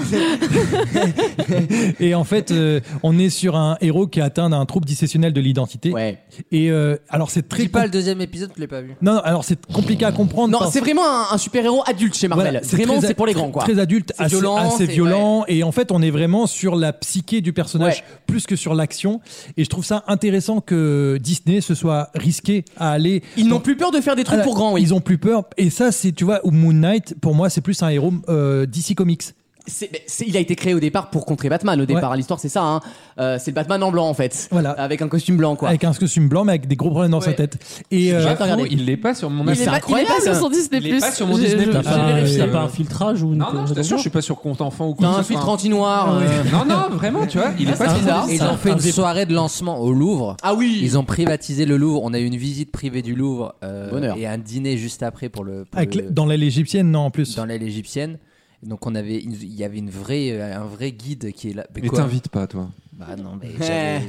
S5: Et en fait, euh, on est sur un héros qui a atteint un trouble dissessionnel de l'identité.
S2: Ouais.
S5: Et euh, alors c'est très
S3: Dis pas
S5: com-
S3: le deuxième épisode, je l'ai pas vu.
S5: non, non, alors c'est compliqué à comprendre.
S2: Non,
S5: parce-
S2: c'est vraiment un, un super-héros adulte chez Marvel.
S5: Voilà,
S2: vraiment,
S5: très-
S2: c'est pour les grands, quoi.
S5: Très adulte,
S2: C'est
S5: assez
S2: violent,
S5: violent, assez
S2: c'est-
S5: violent et en fait, on est vraiment sur la psyché du personnage
S2: Ouais.
S5: plus que sur l'action. Et je trouve ça intéressant que Disney se soit risqué à aller.
S2: Ils
S5: dans-
S2: n'ont plus peur de faire des trucs
S5: Ah,
S2: pour grands, oui.
S5: Ils ont plus peur. Et ça, c'est, tu vois, où Moon Knight, pour moi, c'est plus un héros euh, DC Comics.
S2: c'est- mais c'est- il a été créé au départ pour contrer Batman. Au départ, l'histoire, c'est ça. hein. Euh, c'est le Batman en blanc, en fait.
S5: Voilà.
S2: Avec un costume blanc, Ah, quoi.
S5: Avec un costume blanc, mais avec des gros problèmes dans sa
S2: Ouais.
S5: tête. Et euh,
S2: J'attends, regardez.
S6: Il l'est pas sur mon
S2: Mais
S6: avis.
S2: c'est
S4: pas, il est pas
S2: incroyable.
S4: sur son Disney+.
S6: Il est pas sur mon
S4: Je-
S6: Disney+.
S4: je-
S7: T'as
S6: J'ai
S7: pas,
S5: vérifié.
S7: t'as pas un filtrage ou une
S6: Non, non, je
S7: connerie
S6: t'assure,
S7: comme
S6: je suis pas sur compte enfant ou quoi.
S2: T'as
S6: que
S2: un
S6: ce soit,
S2: filtre
S6: hein.
S2: anti-noir. euh.
S6: Non, non, vraiment, tu vois, il est
S2: Ah,
S6: pas
S2: c'est
S6: sur
S2: bizarre.
S6: compte.
S3: Et ils ont fait une soirée de lancement au Louvre.
S2: Ah oui
S3: Ils ont privatisé le Louvre. On a eu une visite privée du Louvre euh,
S2: Bonheur.
S3: et un dîner juste après pour le,
S2: Ah,
S3: pour
S5: avec
S3: le-
S5: l- dans l'aile égyptienne, non, en plus.
S3: dans l'aile égyptienne. Donc on avait, il il y avait une vraie, euh, un vrai guide qui est là. Mais
S6: Mais
S3: quoi
S6: t'invites pas, toi.
S3: Bah non, mais j'avais-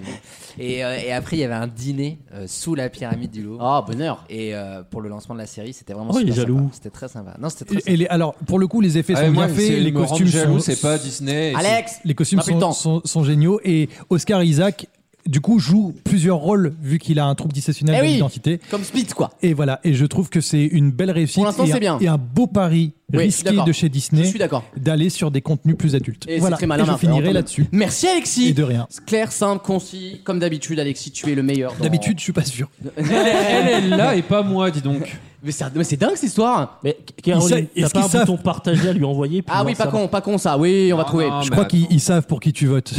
S3: et, euh, et après il y avait un dîner euh, sous la pyramide du Louvre.
S2: Ah, bonheur.
S3: Et euh, pour le lancement de la série, c'était vraiment
S7: Oh, il est
S3: super
S7: jaloux.
S3: sympa. C'était très sympa. Non, c'était très
S5: Et- et les- alors, pour le coup, les effets
S6: Ah,
S5: sont
S6: moi,
S5: bien
S6: c'est-
S5: faits, les
S6: me rendre
S5: costumes
S6: jaloux,
S5: sont,
S6: c'est pas Disney. et
S2: Alex
S5: les costumes
S2: On a plus le
S5: sont,
S2: temps.
S5: sont- sont géniaux. Et Oscar Isaac, du coup, joue plusieurs rôles vu qu'il a un trouble dissociationnel
S2: Eh
S5: de
S2: oui.
S5: l'identité.
S2: Comme Split, quoi.
S5: Et voilà, et je trouve que c'est une belle réussite
S2: Pour l'instant,
S5: et, un-
S2: c'est bien.
S5: et un beau pari
S2: Oui, je suis
S5: risqué
S2: d'accord.
S5: de chez
S2: Je
S5: Disney
S2: suis d'accord.
S5: d'aller sur des contenus plus adultes.
S2: Et
S5: voilà,
S2: c'est très malin.
S5: et je
S2: Martin, quand
S5: finirai
S2: même.
S5: là-dessus.
S2: Merci, Alexis.
S5: Et de rien.
S2: Clair, simple, concis. Comme d'habitude, Alexis, tu es le meilleur. dans-
S5: D'habitude, je suis pas sûr.
S6: Elle est là et pas moi, dis donc.
S2: Mais c'est mais c'est dingue cette histoire.
S7: Mais Caroline,
S5: Ils sa-
S7: t'as
S5: est-ce qu'ils
S7: pas un
S5: savent-
S7: bouton partagé à lui envoyer pour
S2: Ah oui,
S7: voir
S2: pas
S7: ça
S2: con, pas con ça. Oui, on va
S6: Non,
S2: trouver.
S6: non,
S5: je
S6: mais
S5: crois
S6: attends.
S5: qu'ils ils savent pour qui tu votes.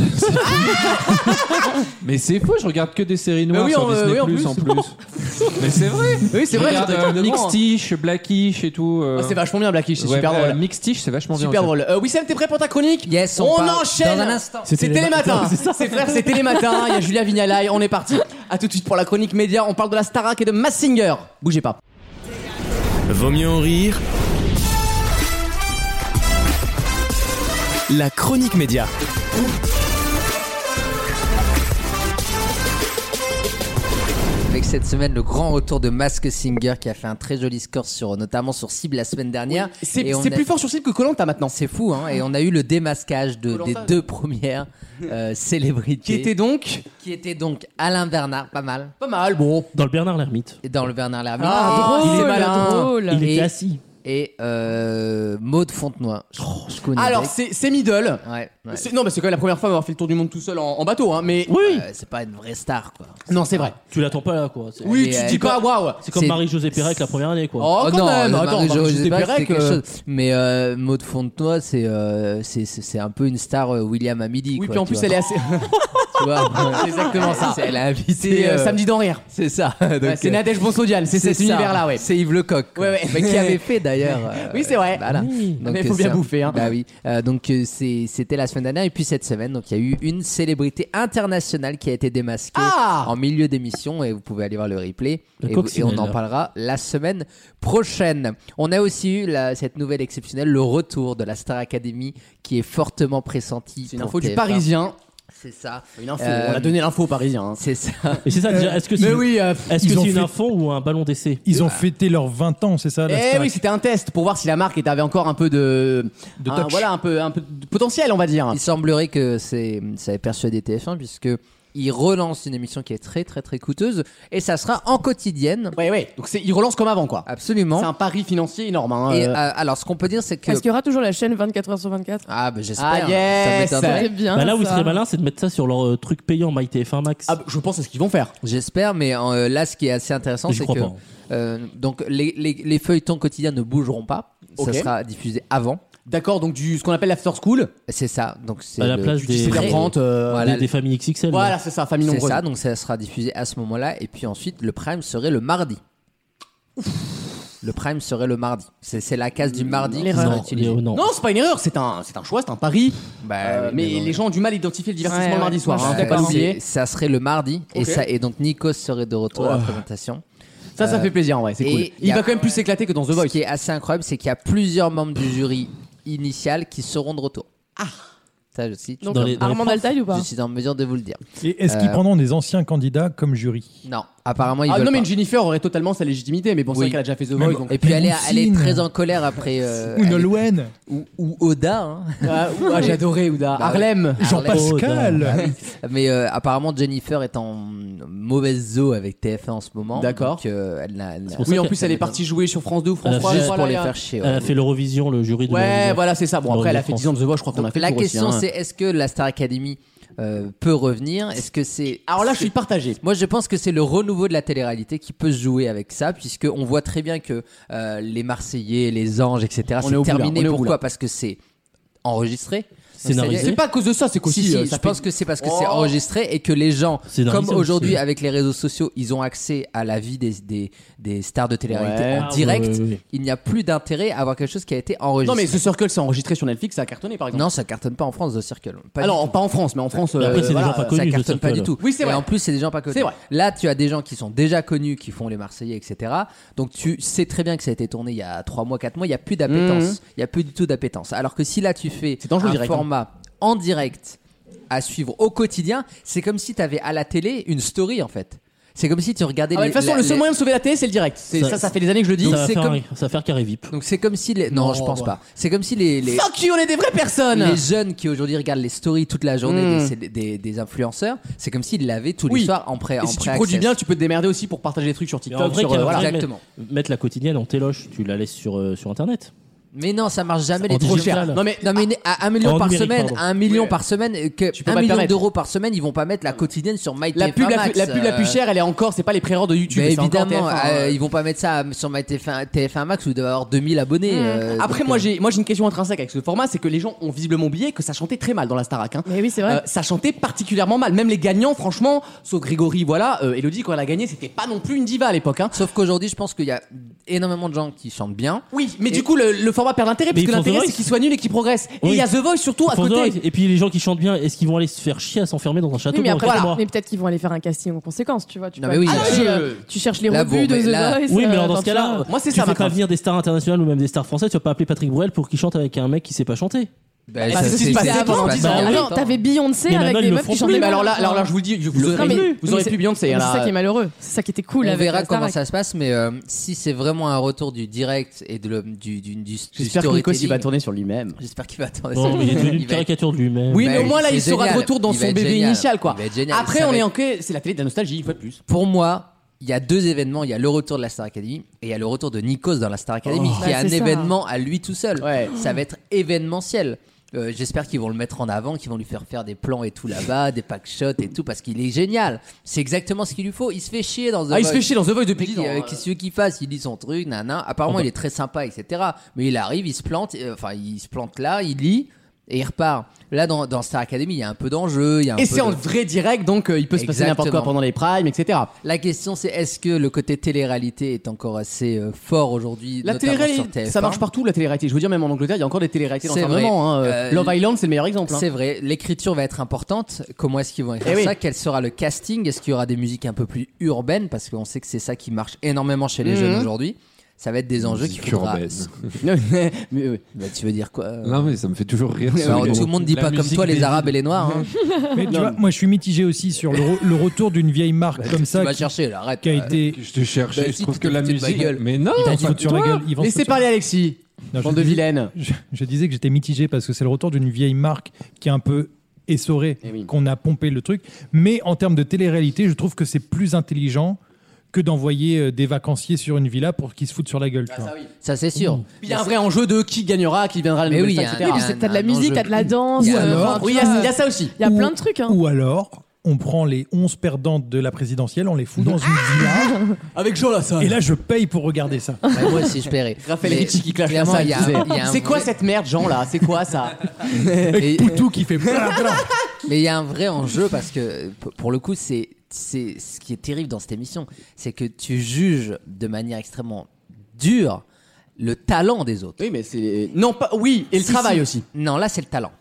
S6: Mais c'est faux, je regarde que des séries
S2: Mais
S6: noires
S2: oui,
S6: sur
S2: en- euh,
S6: Disney+,
S2: oui, en
S6: plus,
S2: plus.
S6: en plus. Mais c'est vrai
S2: Oui, c'est
S6: Je
S2: vrai.
S6: regarde
S2: c'est un truc
S6: euh,
S2: de grand, hein.
S6: Mixtiche, Blackish et tout. euh.
S2: Ah, C'est vachement bien, Blackish. C'est
S6: Ouais,
S2: super
S6: euh,
S2: drôle.
S6: Mixtiche, c'est vachement bien.
S2: Super
S6: ça.
S2: drôle. Euh, Wissem, t'es prêt pour ta chronique
S3: Yes, on
S2: on,
S3: part
S2: enchaîne.
S3: dans un instant.
S2: C'est
S7: C'était les
S2: Télématin.
S7: matins, c'est ça.
S2: C'est frère, c'est Télématin. Il y a Julia Vignalay. On est parti. À tout de suite pour la chronique média. On parle de la Starac et de Massinger. Bougez pas.
S1: Vaut mieux en rire. La chronique média.
S3: Avec cette semaine, le grand retour de Mask Singer qui a fait un très joli score sur, notamment sur Cible la semaine dernière.
S2: C'est
S3: Et on
S2: c'est
S3: a-
S2: plus fort sur site que Colanta maintenant.
S3: C'est fou, hein. Et on a eu le démasquage de, des
S2: Koh-Lanta.
S3: deux premières euh, célébrités.
S2: Qui était donc
S3: qui était donc Alain Bernard, pas mal.
S2: pas mal. Bon.
S7: Dans le Bernard l'ermite.
S3: Et dans le Bernard Lavie.
S2: Ah,
S4: drôle,
S2: il est malin.
S4: drôle.
S7: Il
S3: Et-
S7: était assis.
S3: Et euh, Maude Fontenoy. Je, je connais.
S2: Alors
S3: mec.
S2: c'est c'est middle.
S3: Ouais, Ah, ouais.
S2: C'est- Non, mais c'est quand même la première fois à avoir fait le tour du monde tout seul en, en bateau, hein. Mais
S7: Oui.
S3: Euh, c'est pas une vraie star, quoi.
S2: non, c'est vrai.
S7: Tu l'attends pas là, quoi. C'est-
S2: Oui,
S3: Et
S2: tu
S3: elle-
S2: dis pas waouh.
S7: C'est comme
S3: c'est-
S7: Marie-Josée Pérec la première année, quoi.
S2: Oh, quand même.
S3: le
S2: Attends,
S3: Marie-Jo
S2: Marie-Josée
S3: Joseph,
S2: Pérec,
S3: c'est quelque
S2: euh,
S3: chose. Mais euh, Maude Fontenoy, c'est euh, c'est- c'est c'est un peu une star euh, William à midi.
S2: Oui,
S3: quoi,
S2: puis en
S3: tu
S2: plus,
S3: vois.
S2: elle est assez.
S3: Tu vois,
S2: C'est exactement ça.
S3: Elle a
S2: C'est
S3: invité.
S2: euh,
S3: euh,
S2: samedi d'en rire.
S3: C'est ça. Donc,
S2: Ouais, c'est
S3: euh,
S2: Nadège Bonsodial, c'est cet
S3: ça.
S2: univers-là, ouais.
S3: C'est Yves Lecoq. quoi.
S2: Ouais, ouais.
S3: Mais qui avait fait d'ailleurs. euh,
S2: Oui, c'est vrai.
S3: Voilà.
S7: Oui.
S2: Mais faut
S3: euh,
S2: bien
S3: c'est un-
S2: bouffer, hein.
S3: Bah oui. Euh, donc euh, c'est- c'était la semaine dernière et puis cette semaine, donc il y a eu une célébrité internationale qui a été démasquée
S2: Ah
S3: en milieu d'émission et vous pouvez aller voir le replay et, vous-
S7: Le
S3: et
S7: coccinelle.
S3: on en parlera la semaine prochaine. On a aussi eu la- cette nouvelle exceptionnelle, le retour de la Star Academy qui est fortement pressentie.
S2: C'est une
S3: pour
S2: info du
S3: TF1.
S2: Parisien.
S3: C'est ça.
S2: Une info.
S3: Euh,
S2: On a donné l'info au Parisien. hein.
S3: C'est ça.
S7: Et c'est ça, déjà, est-ce que c'est
S2: oui, euh,
S7: est-ce que
S5: ils ont
S7: c'est une
S5: fait-
S7: info ou un ballon d'essai
S5: Ils ont fêté leurs 20 ans, c'est ça la
S2: Eh
S5: Starac
S2: oui, c'était un test pour voir si la marque était- avait encore un peu de,
S5: De
S2: un-
S5: touch.
S2: voilà, un peu, un peu de potentiel, on va dire.
S3: Il semblerait que c'est, ça ait persuadé TF1 puisque ils relancent une émission qui est très très très coûteuse et ça sera en quotidienne.
S2: Ouais, ouais. Donc c'est, il relance comme avant, quoi. C'est
S3: Absolument.
S2: un pari financier énorme. hein,
S3: Et
S2: euh.
S3: euh, alors ce qu'on peut dire c'est que
S4: Est-ce qu'il y aura toujours la chaîne 24h sur 24
S3: ah bah, j'espère.
S2: Ah, yes.
S3: Ça m'étonnerait.
S4: C'est bien.
S7: Bah là où ils
S4: ça.
S7: seraient malins, c'est de mettre ça sur leur euh, truc payant MyTF1 Max.
S2: Ah, bah, je pense à ce qu'ils vont faire.
S3: J'espère, mais euh, là ce qui est assez intéressant
S7: Mais j'y
S3: c'est
S7: crois
S3: que
S7: pas.
S3: euh, donc les, les, les feuilletons quotidiens ne bougeront pas.
S2: Ok.
S3: Ça sera diffusé avant.
S2: D'accord, donc du, ce qu'on appelle l'after school,
S3: C'est ça. Donc c'est
S7: À la
S3: le-
S7: place
S3: du
S7: des-
S2: 17h30. euh,
S3: Voilà.
S7: Des- des, familles XXL.
S2: Voilà, c'est ça, famille
S3: C'est
S2: nombreuse.
S3: ça, donc ça sera diffusé à ce moment-là. Et puis ensuite, le prime serait le mardi. Le prime serait le mardi. C'est c'est la case du mardi qui sera
S7: Non,
S3: utilisée.
S7: Léo, non.
S2: Non, c'est pas une erreur, c'est un, c'est un choix, c'est un pari.
S3: Bah,
S2: Euh, mais les gens ont du mal à identifier le divertissement
S4: Ouais,
S2: le mardi
S4: ouais.
S2: soir.
S4: Moi,
S2: hein,
S4: je suis
S2: faut pas
S4: d'accord.
S2: l'oublier.
S3: C'est- ça serait le mardi. Et,
S2: Ok.
S3: ça, et donc Nikos serait de retour
S2: Oh.
S3: à la présentation.
S2: Ça, ça fait plaisir, en vrai, c'est
S3: et
S2: cool.
S3: y
S2: Il
S3: a-
S2: va quand même plus s'éclater que dans The
S3: Ce
S2: Voice.
S3: qui est assez incroyable, c'est qu'il y a plusieurs membres du jury initial qui seront de retour. Ah Ça, je suis,
S4: Donc,
S7: Dans les- dans les
S4: Armand Altaï ou pas
S3: je suis en mesure de vous le dire.
S5: Et est-ce
S2: Euh.
S5: qu'ils prendront des anciens candidats comme jury
S3: Non, apparemment, ils
S2: Ah
S3: veulent
S2: non, mais
S3: pas.
S2: une Jennifer aurait totalement sa légitimité, mais bon, c'est
S3: Oui.
S2: vrai qu'elle a déjà fait The
S5: Même-
S2: Voice. Donc...
S3: Et puis, elle est, elle est
S5: Poutine.
S3: très en colère après. euh,
S5: Ou
S3: elle est-
S5: Nolwenn
S3: ou, ou Oda, hein.
S2: Ah, ou- ah, j'ai adoré Ouda.
S3: Bah,
S2: Harlem.
S3: Oh,
S5: Jean-Pascal
S3: Mais euh, apparemment, Jennifer est en mauvaise eau avec TF1 en ce moment.
S2: D'accord.
S3: Donc, euh, elle n'a- elle n'a-
S7: pour ça
S2: Oui, en
S7: que-
S2: plus, elle est partie jouer sur France 2 ou France
S7: Elle a
S2: 3.
S7: fait-
S2: je
S3: juste
S2: crois,
S3: pour
S2: là,
S3: les
S2: il y a-
S3: faire chier. ouais.
S7: Elle a Euh, fait l'Eurovision, le jury de
S2: Ouais,
S7: l'Eurovision.
S2: voilà, c'est ça. Bon,
S7: Dans
S2: après, elle a
S7: le
S2: fait
S7: France.
S2: 10 ans de The Voice, je crois qu'on a
S3: Donc,
S2: fait le
S3: la
S2: tour aussi,
S3: question,
S2: hein.
S3: c'est est-ce que la Star Academy euh, peut revenir Est-ce que c'est.
S2: Alors là, je suis partagé.
S3: Moi, je pense que c'est le renouveau de la télé-réalité qui peut se jouer avec ça, puisque on voit très bien que euh, les Marseillais, les Anges, etc.
S2: On est au
S3: C'est
S2: bout là, on
S3: terminé.
S2: est au bout là.
S3: Pourquoi Parce que c'est enregistré.
S7: Scénarisé.
S3: C'est-à-dire-
S2: C'est pas à cause de ça, c'est
S3: Si,
S2: qu'aussi.
S3: si,
S2: euh,
S3: je
S2: ça
S3: pense
S2: fait- Oh
S3: que c'est parce que c'est enregistré et que les gens,
S7: Scénarisé
S3: comme
S7: aussi.
S3: aujourd'hui avec les réseaux sociaux, ils ont accès à la vie des, des, des stars de télé-réalité
S2: Ouais.
S7: Ah,
S3: en direct,
S7: ouais, ouais, ouais.
S3: il n'y a plus d'intérêt à avoir quelque chose qui a été enregistré.
S2: Non, mais ce Circle, c'est enregistré sur Netflix, ça a cartonné par exemple.
S3: Non, ça cartonne pas en France, The Circle. Pas du
S2: Alors,
S3: tout.
S2: pas en France, mais en France.
S7: Mais
S2: euh,
S7: après, c'est des
S2: voilà,
S7: gens pas
S2: euh,
S7: connus,
S3: ça
S7: The
S3: cartonne pas
S7: Circle.
S3: du tout.
S2: Oui, c'est vrai.
S3: Et en plus, c'est des gens pas connus.
S2: C'est vrai.
S3: Là, tu as des gens qui sont déjà connus, qui font les Marseillais, etc. Donc, tu sais très bien que ça a été tourné il y a 3 mois, 4 mois. Il n'y a plus d'appétence. Il n'y a plus du tout d'appétence. Alors que si là, tu fais
S2: Mmh. C'est dangereux,
S3: un
S2: direct, hein.
S3: format en direct à suivre au quotidien, c'est comme si tu avais à la télé une story, en fait. C'est comme si tu regardais
S2: Ah, mais
S3: les-
S2: de toute façon,
S3: la-
S2: le seul
S3: les-
S2: moyen de sauver la télé, c'est le direct. C'est-
S7: Ça-
S2: Ça, ça fait des années que je le dis.
S7: ça, va
S3: c'est
S7: faire
S3: comme-
S7: un- ça va faire carré VIP.
S3: Donc, c'est comme si les. Non,
S7: Non,
S3: je pense
S7: ouais.
S3: pas. C'est comme si les. les...
S2: Fuck you, on est des vraies personnes
S3: les jeunes qui aujourd'hui regardent les stories toute la journée
S2: Mm.
S3: des- c'est des, des- des influenceurs, c'est comme s'ils l'avaient tous les
S2: Oui.
S3: soirs en pré
S2: Et
S3: en
S2: si tu
S3: pré-access.
S2: produis bien, tu peux te démerder aussi pour partager des trucs sur
S7: Mais
S2: TikTok.
S7: en vrai,
S2: sur,
S7: qu'il
S2: euh,
S7: y a un
S2: voilà.
S7: vrai de
S3: Exactement.
S7: mettre, mettre la quotidienne en téloche, tu la laisses sur, euh, sur internet.
S3: Mais non, ça marche jamais les
S7: En
S3: trucs
S2: Trop
S7: digital.
S2: cher. Non, mais ah,
S3: Non mais une- à 1 million
S7: En
S3: par
S7: numérique,
S3: semaine,
S7: pardon.
S3: à 1 million
S2: Oui.
S3: par semaine, euh, que
S2: Tu peux
S3: 1
S2: pas te
S3: million
S2: permettre.
S3: d'euros par semaine, ils vont pas mettre la quotidienne sur MyTF1
S2: la pub, la,
S3: Max.
S2: la pub la plus
S3: euh,
S2: chère, elle est encore, c'est pas les pré-ordres de YouTube.
S3: mais
S2: c'est encore
S3: évidemment,
S2: TF1,
S3: euh,
S2: euh.
S3: ils vont pas mettre ça sur MyTF1 TF1 Max où il doit avoir 2000 abonnés. euh,
S2: Hmm. Après,
S3: donc,
S2: moi
S3: euh,
S2: j'ai moi j'ai une question intrinsèque avec ce format, c'est que les gens ont visiblement oublié que ça chantait très mal dans la Starac. hein.
S4: Mais oui, c'est vrai.
S2: Euh, ça chantait particulièrement mal. Même les gagnants, franchement, sauf Grégory, voilà, euh, Elodie quand elle a gagné, c'était pas non plus une diva à l'époque. hein.
S3: Sauf qu'aujourd'hui, je pense qu'il y a énormément de gens qui chantent bien.
S2: Oui, mais
S3: Et-
S2: du coup le, le format perd l'intérêt parce
S7: Mais
S2: que
S7: ils font
S2: l'intérêt
S7: The
S2: c'est
S7: Voice.
S2: qu'il soit nul et qu'il progresse. Et
S7: Oui.
S2: il y a The Voice surtout à
S7: Faut
S2: côté.
S7: dire- Et puis les gens qui chantent bien, est-ce qu'ils vont aller se faire chier à s'enfermer dans un château
S4: Oui, mais
S7: pendant
S4: après,
S7: quelques
S4: voilà.
S7: mois
S4: mais peut-être qu'ils vont aller faire un casting en conséquence, tu vois. Tu,
S3: Non,
S4: vas-
S3: mais oui.
S4: tu
S3: Ah,
S4: cherches,
S2: oui,
S4: euh,
S2: oui.
S4: tu cherches les
S3: Là,
S4: revues
S3: bon,
S4: de
S3: mais
S4: The
S3: là-
S4: Voice.
S7: Oui, mais
S4: euh,
S7: alors dans
S4: enfin,
S7: ce
S4: tu
S7: cas-là,
S4: vois.
S2: Moi, c'est
S7: tu
S2: ça, ma
S7: fais pas
S2: crainte.
S7: venir des stars internationales ou même des stars françaises, tu vas pas appeler Patrick Bruel pour qu'il chante avec un mec qui sait pas chanter.
S3: Bah,
S2: ça, Ah, c'est- c'est avant,
S3: avant,
S2: en disant,
S3: bah,
S4: Ah
S3: oui.
S4: non, t'avais Beyoncé
S7: Mais
S4: avec
S7: maintenant,
S4: des
S7: ils le
S4: meufs
S7: font
S4: qui
S7: plus.
S4: chantent
S2: Oui, mais
S4: mal,
S2: alors là,
S4: enfin.
S2: alors là, je vous le dis, je- vous
S4: Non,
S2: aurez,
S4: mais-
S2: pu- vous aurez
S4: mais
S2: pu Beyoncé.
S4: Mais
S2: hein,
S4: C'est ça
S2: là.
S4: qui est malheureux. C'est ça qui était cool
S3: On
S4: avec
S3: verra
S4: la
S3: comment
S4: Starac.
S3: ça se passe, mais euh, si c'est vraiment un retour du direct et de le- du, du, du, du
S2: J'espère que Nikos il va
S3: storytelling,
S2: tourner sur lui-même.
S3: J'espère qu'il va attendre
S7: Non, mais il est devenu
S3: Il
S7: une
S3: va être-
S7: caricature de lui-même.
S2: Oui,
S3: Bah,
S2: mais au moins là,
S3: c'est
S2: il sera de
S3: génial.
S2: retour dans
S3: Il va
S2: son
S3: être
S2: bébé
S3: génial.
S2: initial, quoi.
S3: Il va être génial.
S2: Après,
S3: Ça
S2: on
S3: va
S2: est
S3: être-
S2: en c'est la télé de la nostalgie, une fois de plus.
S3: Pour moi, il y a deux événements. Il y a le retour de la Star Academy et il y a le retour de Nikos dans la Star Academy, qui est
S4: Bah,
S3: un
S4: c'est ça.
S3: événement à lui tout seul.
S2: Ouais.
S3: Ça va être événementiel. Euh, J'espère qu'ils vont le mettre en avant, qu'ils vont lui faire faire des plans et tout là-bas, des pack shots et tout, parce qu'il est génial. C'est exactement ce qu'il lui faut. Il se fait chier dans The
S2: Ah, il se
S3: Voice.
S2: fait chier dans The Voice depuis
S3: Mais
S2: dix ans,
S3: qui- euh,
S2: hein.
S3: Qu'est-ce qu'il fasse Il lit son truc, nana. Apparemment, il est très sympa, etc. Mais il arrive, il se plante, euh, enfin, il se plante là, il lit et il repart. Là, dans, dans Star Academy, il y a un peu d'enjeu. il y a un
S2: Et
S3: peu
S2: c'est en
S3: de-
S2: vrai direct, donc euh, il peut se passer n'importe quoi
S3: Exactement.
S2: pendant les primes, etc.
S3: La question, c'est est-ce que le côté télé-réalité est encore assez euh, fort aujourd'hui
S2: La
S3: notamment sur
S2: télé-réalité,
S3: TF1?
S2: ça marche partout la télé-réalité. Je veux dire, même en Angleterre, il y a encore des télé-réalités dans
S3: C'est
S2: un
S3: vrai.
S2: moment. hein.
S3: Euh,
S2: Love Island, c'est le meilleur exemple. hein.
S3: C'est vrai, l'écriture va être importante. Comment est-ce qu'ils vont écrire
S2: Eh oui.
S3: ça Quel sera le casting Est-ce qu'il y aura des musiques un peu plus urbaines Parce qu'on sait que c'est ça qui marche énormément chez les
S2: Mhm.
S3: jeunes aujourd'hui. Ça va être des enjeux qui
S6: Musique
S3: faudra...
S6: urbaine.
S2: Ah. Mais, euh,
S3: Bah, tu veux dire quoi euh
S6: Non, mais ça me fait toujours rire. ce
S3: Alors,
S6: mot.
S3: tout le monde dit
S6: La
S3: pas comme
S6: musique
S3: toi
S6: des-
S3: les Arabes et les Noirs. hein.
S5: Mais tu vois, moi je suis mitigé aussi sur le, re- le retour d'une vieille marque
S2: Bah,
S5: comme
S3: tu
S5: ça
S3: vas
S5: qui,
S3: chercher, là, arrête.
S5: qui a
S3: Euh,
S5: été.
S6: Je te cherchais,
S3: Bah,
S6: je
S3: si,
S6: trouve
S3: tu
S6: que
S3: t'es
S6: la
S3: foutu de ma
S6: musique.
S3: gueule.
S6: Mais non
S5: Ils vont se foutre sur la gueule. Ils vont se
S2: Laissez
S5: foutre sur-
S2: parler Alexis,
S5: Non, je
S2: bande de
S5: dis-
S2: vilaines.
S5: je, je disais que j'étais mitigé parce que c'est le retour d'une vieille marque qui est un peu essorée,
S2: Eh oui.
S5: qu'on a pompé le truc. Mais en termes de télé-réalité, je trouve que c'est plus intelligent que d'envoyer euh, des vacanciers sur une villa pour qu'ils se foutent sur la gueule.
S2: Bah,
S5: tu vois.
S3: Ça, c'est sûr.
S2: Il y a un vrai enjeu de qui gagnera, qui viendra à la
S3: Mais
S2: nouvelle
S3: oui,
S2: star,
S3: il y
S2: etc.
S3: a un-
S4: Ah
S3: Ah,
S4: Oui, puis c'est- T'as de la
S3: un
S4: musique,
S3: enjeu.
S4: t'as de la danse.
S3: Ou
S4: euh,
S5: alors-
S4: enfin, tu
S2: Ah, Oui, il y,
S4: vois,
S2: a- il y a ça aussi.
S4: Il y a
S5: Ou-
S4: plein de trucs. hein.
S5: Ou alors, on prend les 11 perdantes de la présidentielle, on les fout dans une villa,
S2: Avec Joe là, ça.
S5: et là je paye pour regarder ça.
S3: Bah, moi aussi, je paierais.
S2: Raphaël
S3: Mais
S2: Ricci qui clash la
S3: clairement,
S2: salle,
S3: il y a-
S2: disait.
S3: il y a un
S2: C'est quoi
S3: vrai-
S2: cette merde, Jean là C'est quoi ça
S3: Et-
S5: Poutou qui fait. bla, bla.
S3: Mais il y a un vrai enjeu parce que p- pour le coup, c'est c'est ce qui est terrible dans cette émission, c'est que tu juges de manière extrêmement dure le talent des autres.
S2: Oui, mais c'est non pas. Oui, et le
S3: Si,
S2: travail
S3: si.
S2: aussi.
S3: Non, là c'est le talent.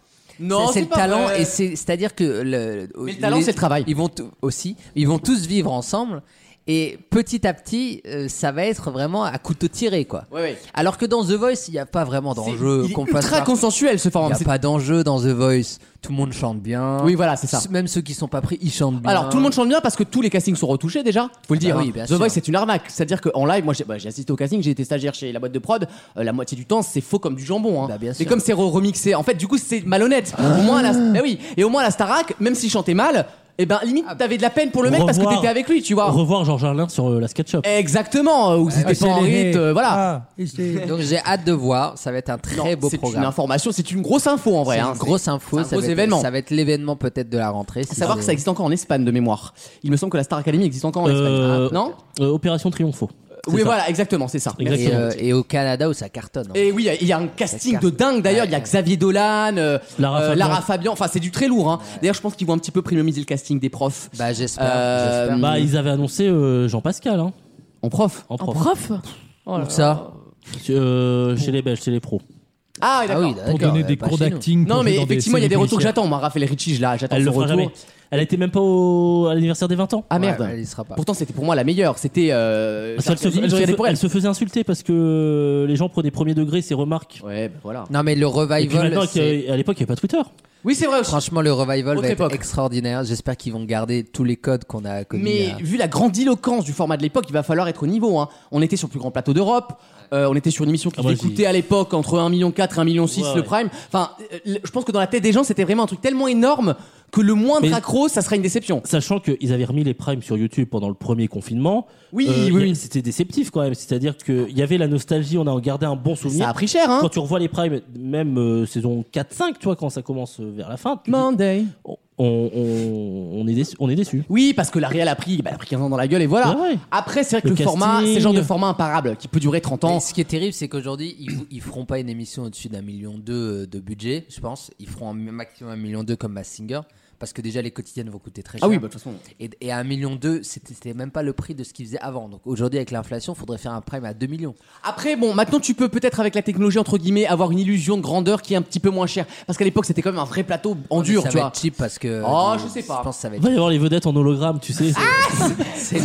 S2: Non,
S3: C'est- c'est le
S2: pas
S3: talent
S2: vrai.
S3: et c'est c'est à dire que le,
S2: Mais le talent, c'est le travail.
S3: Ils vont tou- aussi, ils vont tous vivre ensemble et petit à petit, euh, ça va être vraiment à couteau tiré quoi.
S2: Ouais, ouais.
S3: Alors que dans The Voice, il n'y a pas vraiment d'enjeu
S2: C'est-
S3: qu'on
S2: Il est
S3: passe
S2: ultra
S3: par-
S2: consensuel ce
S3: Il n'y
S2: format.
S3: a
S2: C'est-
S3: pas d'enjeu dans The Voice. Tout le monde chante bien.
S2: Oui, voilà, c'est ça.
S3: Même ceux qui sont pas pris, ils chantent bien.
S2: Alors tout le monde chante bien parce que tous les castings sont retouchés déjà. Faut le
S3: Ah
S2: dire.
S3: bah
S2: hein.
S3: oui, bien
S2: The
S3: sûr.
S2: Voice c'est une arnaque. C'est-à-dire qu'en live, moi j'ai bah, j'ai assisté au casting, j'ai été stagiaire chez la boîte de prod. euh, la moitié du temps c'est faux comme du jambon. Hein.
S3: Bah, bien
S2: Mais
S3: sûr. Ah.
S2: comme c'est re- remixé, en fait du coup c'est malhonnête. Au moins la, bah oui. Et au moins la Starac, même s'il chantait mal, eh ben
S3: Ah
S2: limite
S3: bah.
S2: t'avais de la peine pour le mec parce que
S7: Revoir-
S2: t'étais avec lui, tu vois. Eh,
S7: Revoir Georges Arlin sur euh, la SketchUp.
S2: Exactement. euh, Où c'était pas en rythme, euh, voilà.
S5: Ah.
S3: Donc j'ai hâte de voir, ça va être un très
S2: Non,
S3: beau
S2: c'est
S3: programme.
S2: une information, c'est une grosse info en vrai.
S3: C'est
S2: hein.
S3: une grosse info,
S2: c'est un
S3: ça,
S2: gros
S3: va être,
S2: événement.
S3: ça va être l'événement peut-être de la rentrée. si
S2: À savoir que ça
S3: c'est-
S2: existe encore en Espagne de mémoire. Il me semble que la Star Academy existe encore en Espagne.
S7: Euh,
S2: Ah, non
S7: Euh, Opération Triunfo.
S2: Oui,
S7: ça.
S2: voilà, exactement, c'est ça.
S7: Exact.
S3: Et,
S7: Exactement.
S3: euh, et au Canada où ça cartonne. hein.
S2: Et oui, il y a un casting de dingue d'ailleurs. Il y a Xavier Dolan, euh,
S7: Lara
S2: euh,
S7: Fabian.
S2: Lara Fabian. Enfin, c'est du très lourd. Hein. D'ailleurs, je pense qu'ils vont un petit peu premiumiser le casting des profs.
S3: Bah j'espère.
S2: Euh,
S3: j'espère.
S7: Bah, ils avaient annoncé euh, Jean-Pascal, hein,
S2: En prof.
S7: en
S4: En
S7: prof.
S4: prof
S2: bah,
S4: Oh là
S3: Où ça
S7: Euh, chez les Belges, chez les pros.
S2: Ah,
S3: Ah
S2: d'accord.
S3: oui,
S5: pour
S3: d'accord,
S5: donner
S3: euh,
S5: des
S3: pas
S5: cours
S3: chez nous.
S5: d'acting. pour
S2: non,
S5: jouer
S2: mais
S5: dans
S2: effectivement, il y a des
S5: séries
S2: retours que
S5: policières.
S2: j'attends. Moi, Raphaël Ritchie, je l'ai- j'attends
S7: Elle
S2: son
S7: le fera
S2: retour.
S7: jamais. Elle était même pas au... à l'anniversaire des 20 ans.
S2: Ah
S3: Ouais,
S2: merde.
S3: elle y sera pas.
S2: Pourtant, c'était pour moi la meilleure. C'était. Euh,
S7: Parce qu'elle se,
S2: Sarkozy,
S7: elle se-
S2: je regardais pour elle.
S7: elle se faisait insulter parce que les gens prenaient premier degré ses remarques.
S2: Ouais, bah, voilà.
S3: Non mais le
S7: Et puis
S3: revival.
S7: maintenant,
S3: c'est-
S7: qu'il y a- à l'époque, il n'y avait pas Twitter.
S2: Oui, c'est vrai aussi.
S3: Franchement, le revival
S2: Autre
S3: va être
S2: époque.
S3: extraordinaire. J'espère qu'ils vont garder tous les codes qu'on a connus.
S2: Mais
S3: à-
S2: vu la grandiloquence du format de l'époque, il va falloir être au niveau. Hein. On était sur le plus grand plateau d'Europe. euh, on était sur une émission qui
S7: Ah, moi,
S2: coûtait à l'époque entre 1,4 million et 1,6 million
S7: Ouais,
S2: le
S7: ouais.
S2: prime. Enfin, euh, le- je pense que dans la tête des gens, c'était vraiment un truc tellement énorme que le moindre
S7: Mais-
S2: accro, ça serait une déception.
S7: Sachant qu'ils avaient remis les primes sur YouTube pendant le premier confinement. Euh,
S2: Oui, oui,
S7: il y a-
S2: oui.
S7: C'était déceptif quand même. C'est-à-dire qu'il y avait la nostalgie, on a en gardé un bon
S2: Ça
S7: souvenir.
S2: a pris cher, hein
S7: Quand tu revois les primes, même euh, saison 4-5, tu vois, quand ça commence euh, vers la fin, tu dis,
S2: Monday.
S7: on, on- on est déçu. On est déçu.
S2: Oui, parce que la Real a pris, bah, elle a pris 15 ans dans la gueule et voilà.
S7: Ouais, ouais.
S2: Après, c'est vrai que le,
S7: Le
S2: format, c'est
S7: casting.
S2: le genre de format imparable qui peut durer 30 ans.
S3: Mais ce qui est terrible, c'est qu'aujourd'hui, ils, f- ils feront pas une émission au-dessus d'un million deux euh, de budget, je pense. Ils feront un maximum un million deux comme Mass Singer. Parce que déjà, les quotidiennes vont coûter très cher.
S2: Ah oui, bah, de toute façon.
S3: Et, et à un million deux, c'était c'était même pas le prix de ce qu'ils faisaient avant. Donc aujourd'hui, avec l'inflation, faudrait faire un prime à 2 millions.
S2: Après, bon, maintenant tu peux peut-être avec la technologie, entre guillemets, avoir une illusion de grandeur qui est un petit peu moins chère. Parce qu'à l'époque, c'était quand même un vrai plateau en dur,
S3: ça
S2: tu
S3: va
S2: vois.
S3: être cheap parce que.
S2: Oh,
S3: euh,
S2: je sais pas.
S3: Je pense que ça va
S7: Il
S3: être.
S7: va y avoir les vedettes en hologramme, tu sais. c'est-
S2: Ah.
S3: C'est-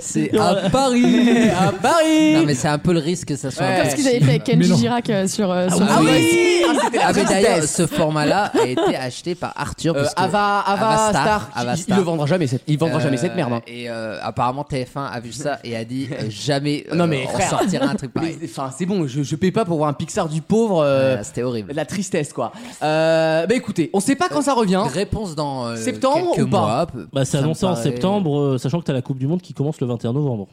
S3: C'est
S7: Ouais.
S3: à Paris
S2: à Paris
S3: Non, mais c'est un peu le risque que ça soit.
S2: Ouais.
S3: un
S4: Comme
S3: peu
S4: ce qu'ils avaient fait avec Kenji
S5: Mais non.
S4: Girac euh, sur, euh, sur
S2: Ah
S4: Voice.
S2: oui Ah, c'était la
S3: Ah mais
S2: tristesse.
S3: d'ailleurs ce format-là a été acheté par Arthur.
S2: Euh,
S3: parce que-
S2: Ava, Ava,
S3: Ava
S2: Star,
S3: Star,
S2: qui-
S3: Ava
S2: Il,
S3: Star.
S2: le vendra jamais cette, il vendra
S3: euh,
S2: jamais cette merde. hein.
S3: Et euh, apparemment TF1 a vu ça et a dit euh, jamais euh,
S2: Non, mais
S3: on
S2: frère.
S3: sortira un truc
S2: Mais,
S3: pareil.
S2: Enfin, c'est bon, je, je paye pas pour voir un Pixar du pauvre. euh,
S3: Voilà, C'était horrible.
S2: de la tristesse, quoi. Euh, bah écoutez, on sait pas quand ça revient.
S3: Réponse dans euh,
S2: Septembre
S3: quelques
S2: ou pas
S3: mois. peu-
S7: Bah, c'est
S3: ça me
S7: annoncé en
S3: paraît-
S7: septembre, euh, sachant que t'as la Coupe du Monde qui commence le 21 novembre.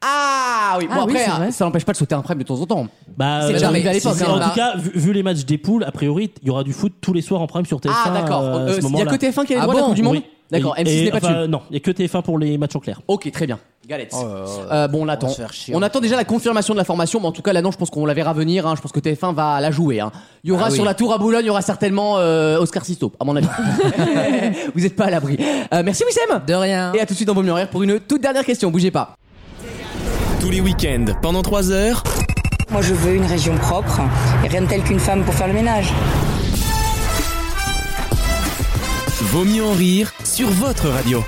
S2: Ah oui, bon
S4: Ah oui,
S2: après,
S4: c'est vrai.
S2: ça n'empêche pas de sauter un prime de temps en temps.
S7: Bah,
S2: C'est
S7: euh,
S2: déjà arrivé à
S7: si
S2: l'époque,
S7: c'est-
S2: hein.
S7: En tout cas, vu, vu les matchs des poules, a priori, il y aura du foot tous les soirs en prime sur TF1.
S2: Ah d'accord,
S7: euh, à
S2: Euh,
S7: ce
S2: il y a
S7: moment-là.
S2: que TF1 qui a les
S3: Ah
S2: droits à la
S3: bon
S2: Coupe du Monde
S7: Oui.
S2: D'accord,
S7: Et-
S2: M6
S7: et-
S2: n'est pas dessus.
S7: enfin, Non, il y a que TF1 pour les matchs en clair.
S2: Ok, très bien. Galette.
S3: Oh, oh, oh.
S2: Euh, bon, on attend.
S3: se faire chier,
S2: On
S3: on
S2: attend déjà la confirmation de la formation, mais en tout cas, là, non, je pense qu'on la verra venir. hein. Je pense que TF1 va la jouer. hein. Il y aura
S3: Ah oui.
S2: sur la tour à Boulogne, il y aura certainement euh, Oscar Sisto, à mon avis. Vous n'êtes pas à l'abri. Euh, merci, Wissem.
S3: De rien.
S2: Et à tout de suite dans Vos Mieux en Rire pour une toute dernière question. Bougez pas.
S1: Tous les week-ends, pendant 3 heures,
S9: Moi, je veux une région propre et rien de tel qu'une femme pour faire le ménage.
S1: Vaut mieux en rire sur votre radio.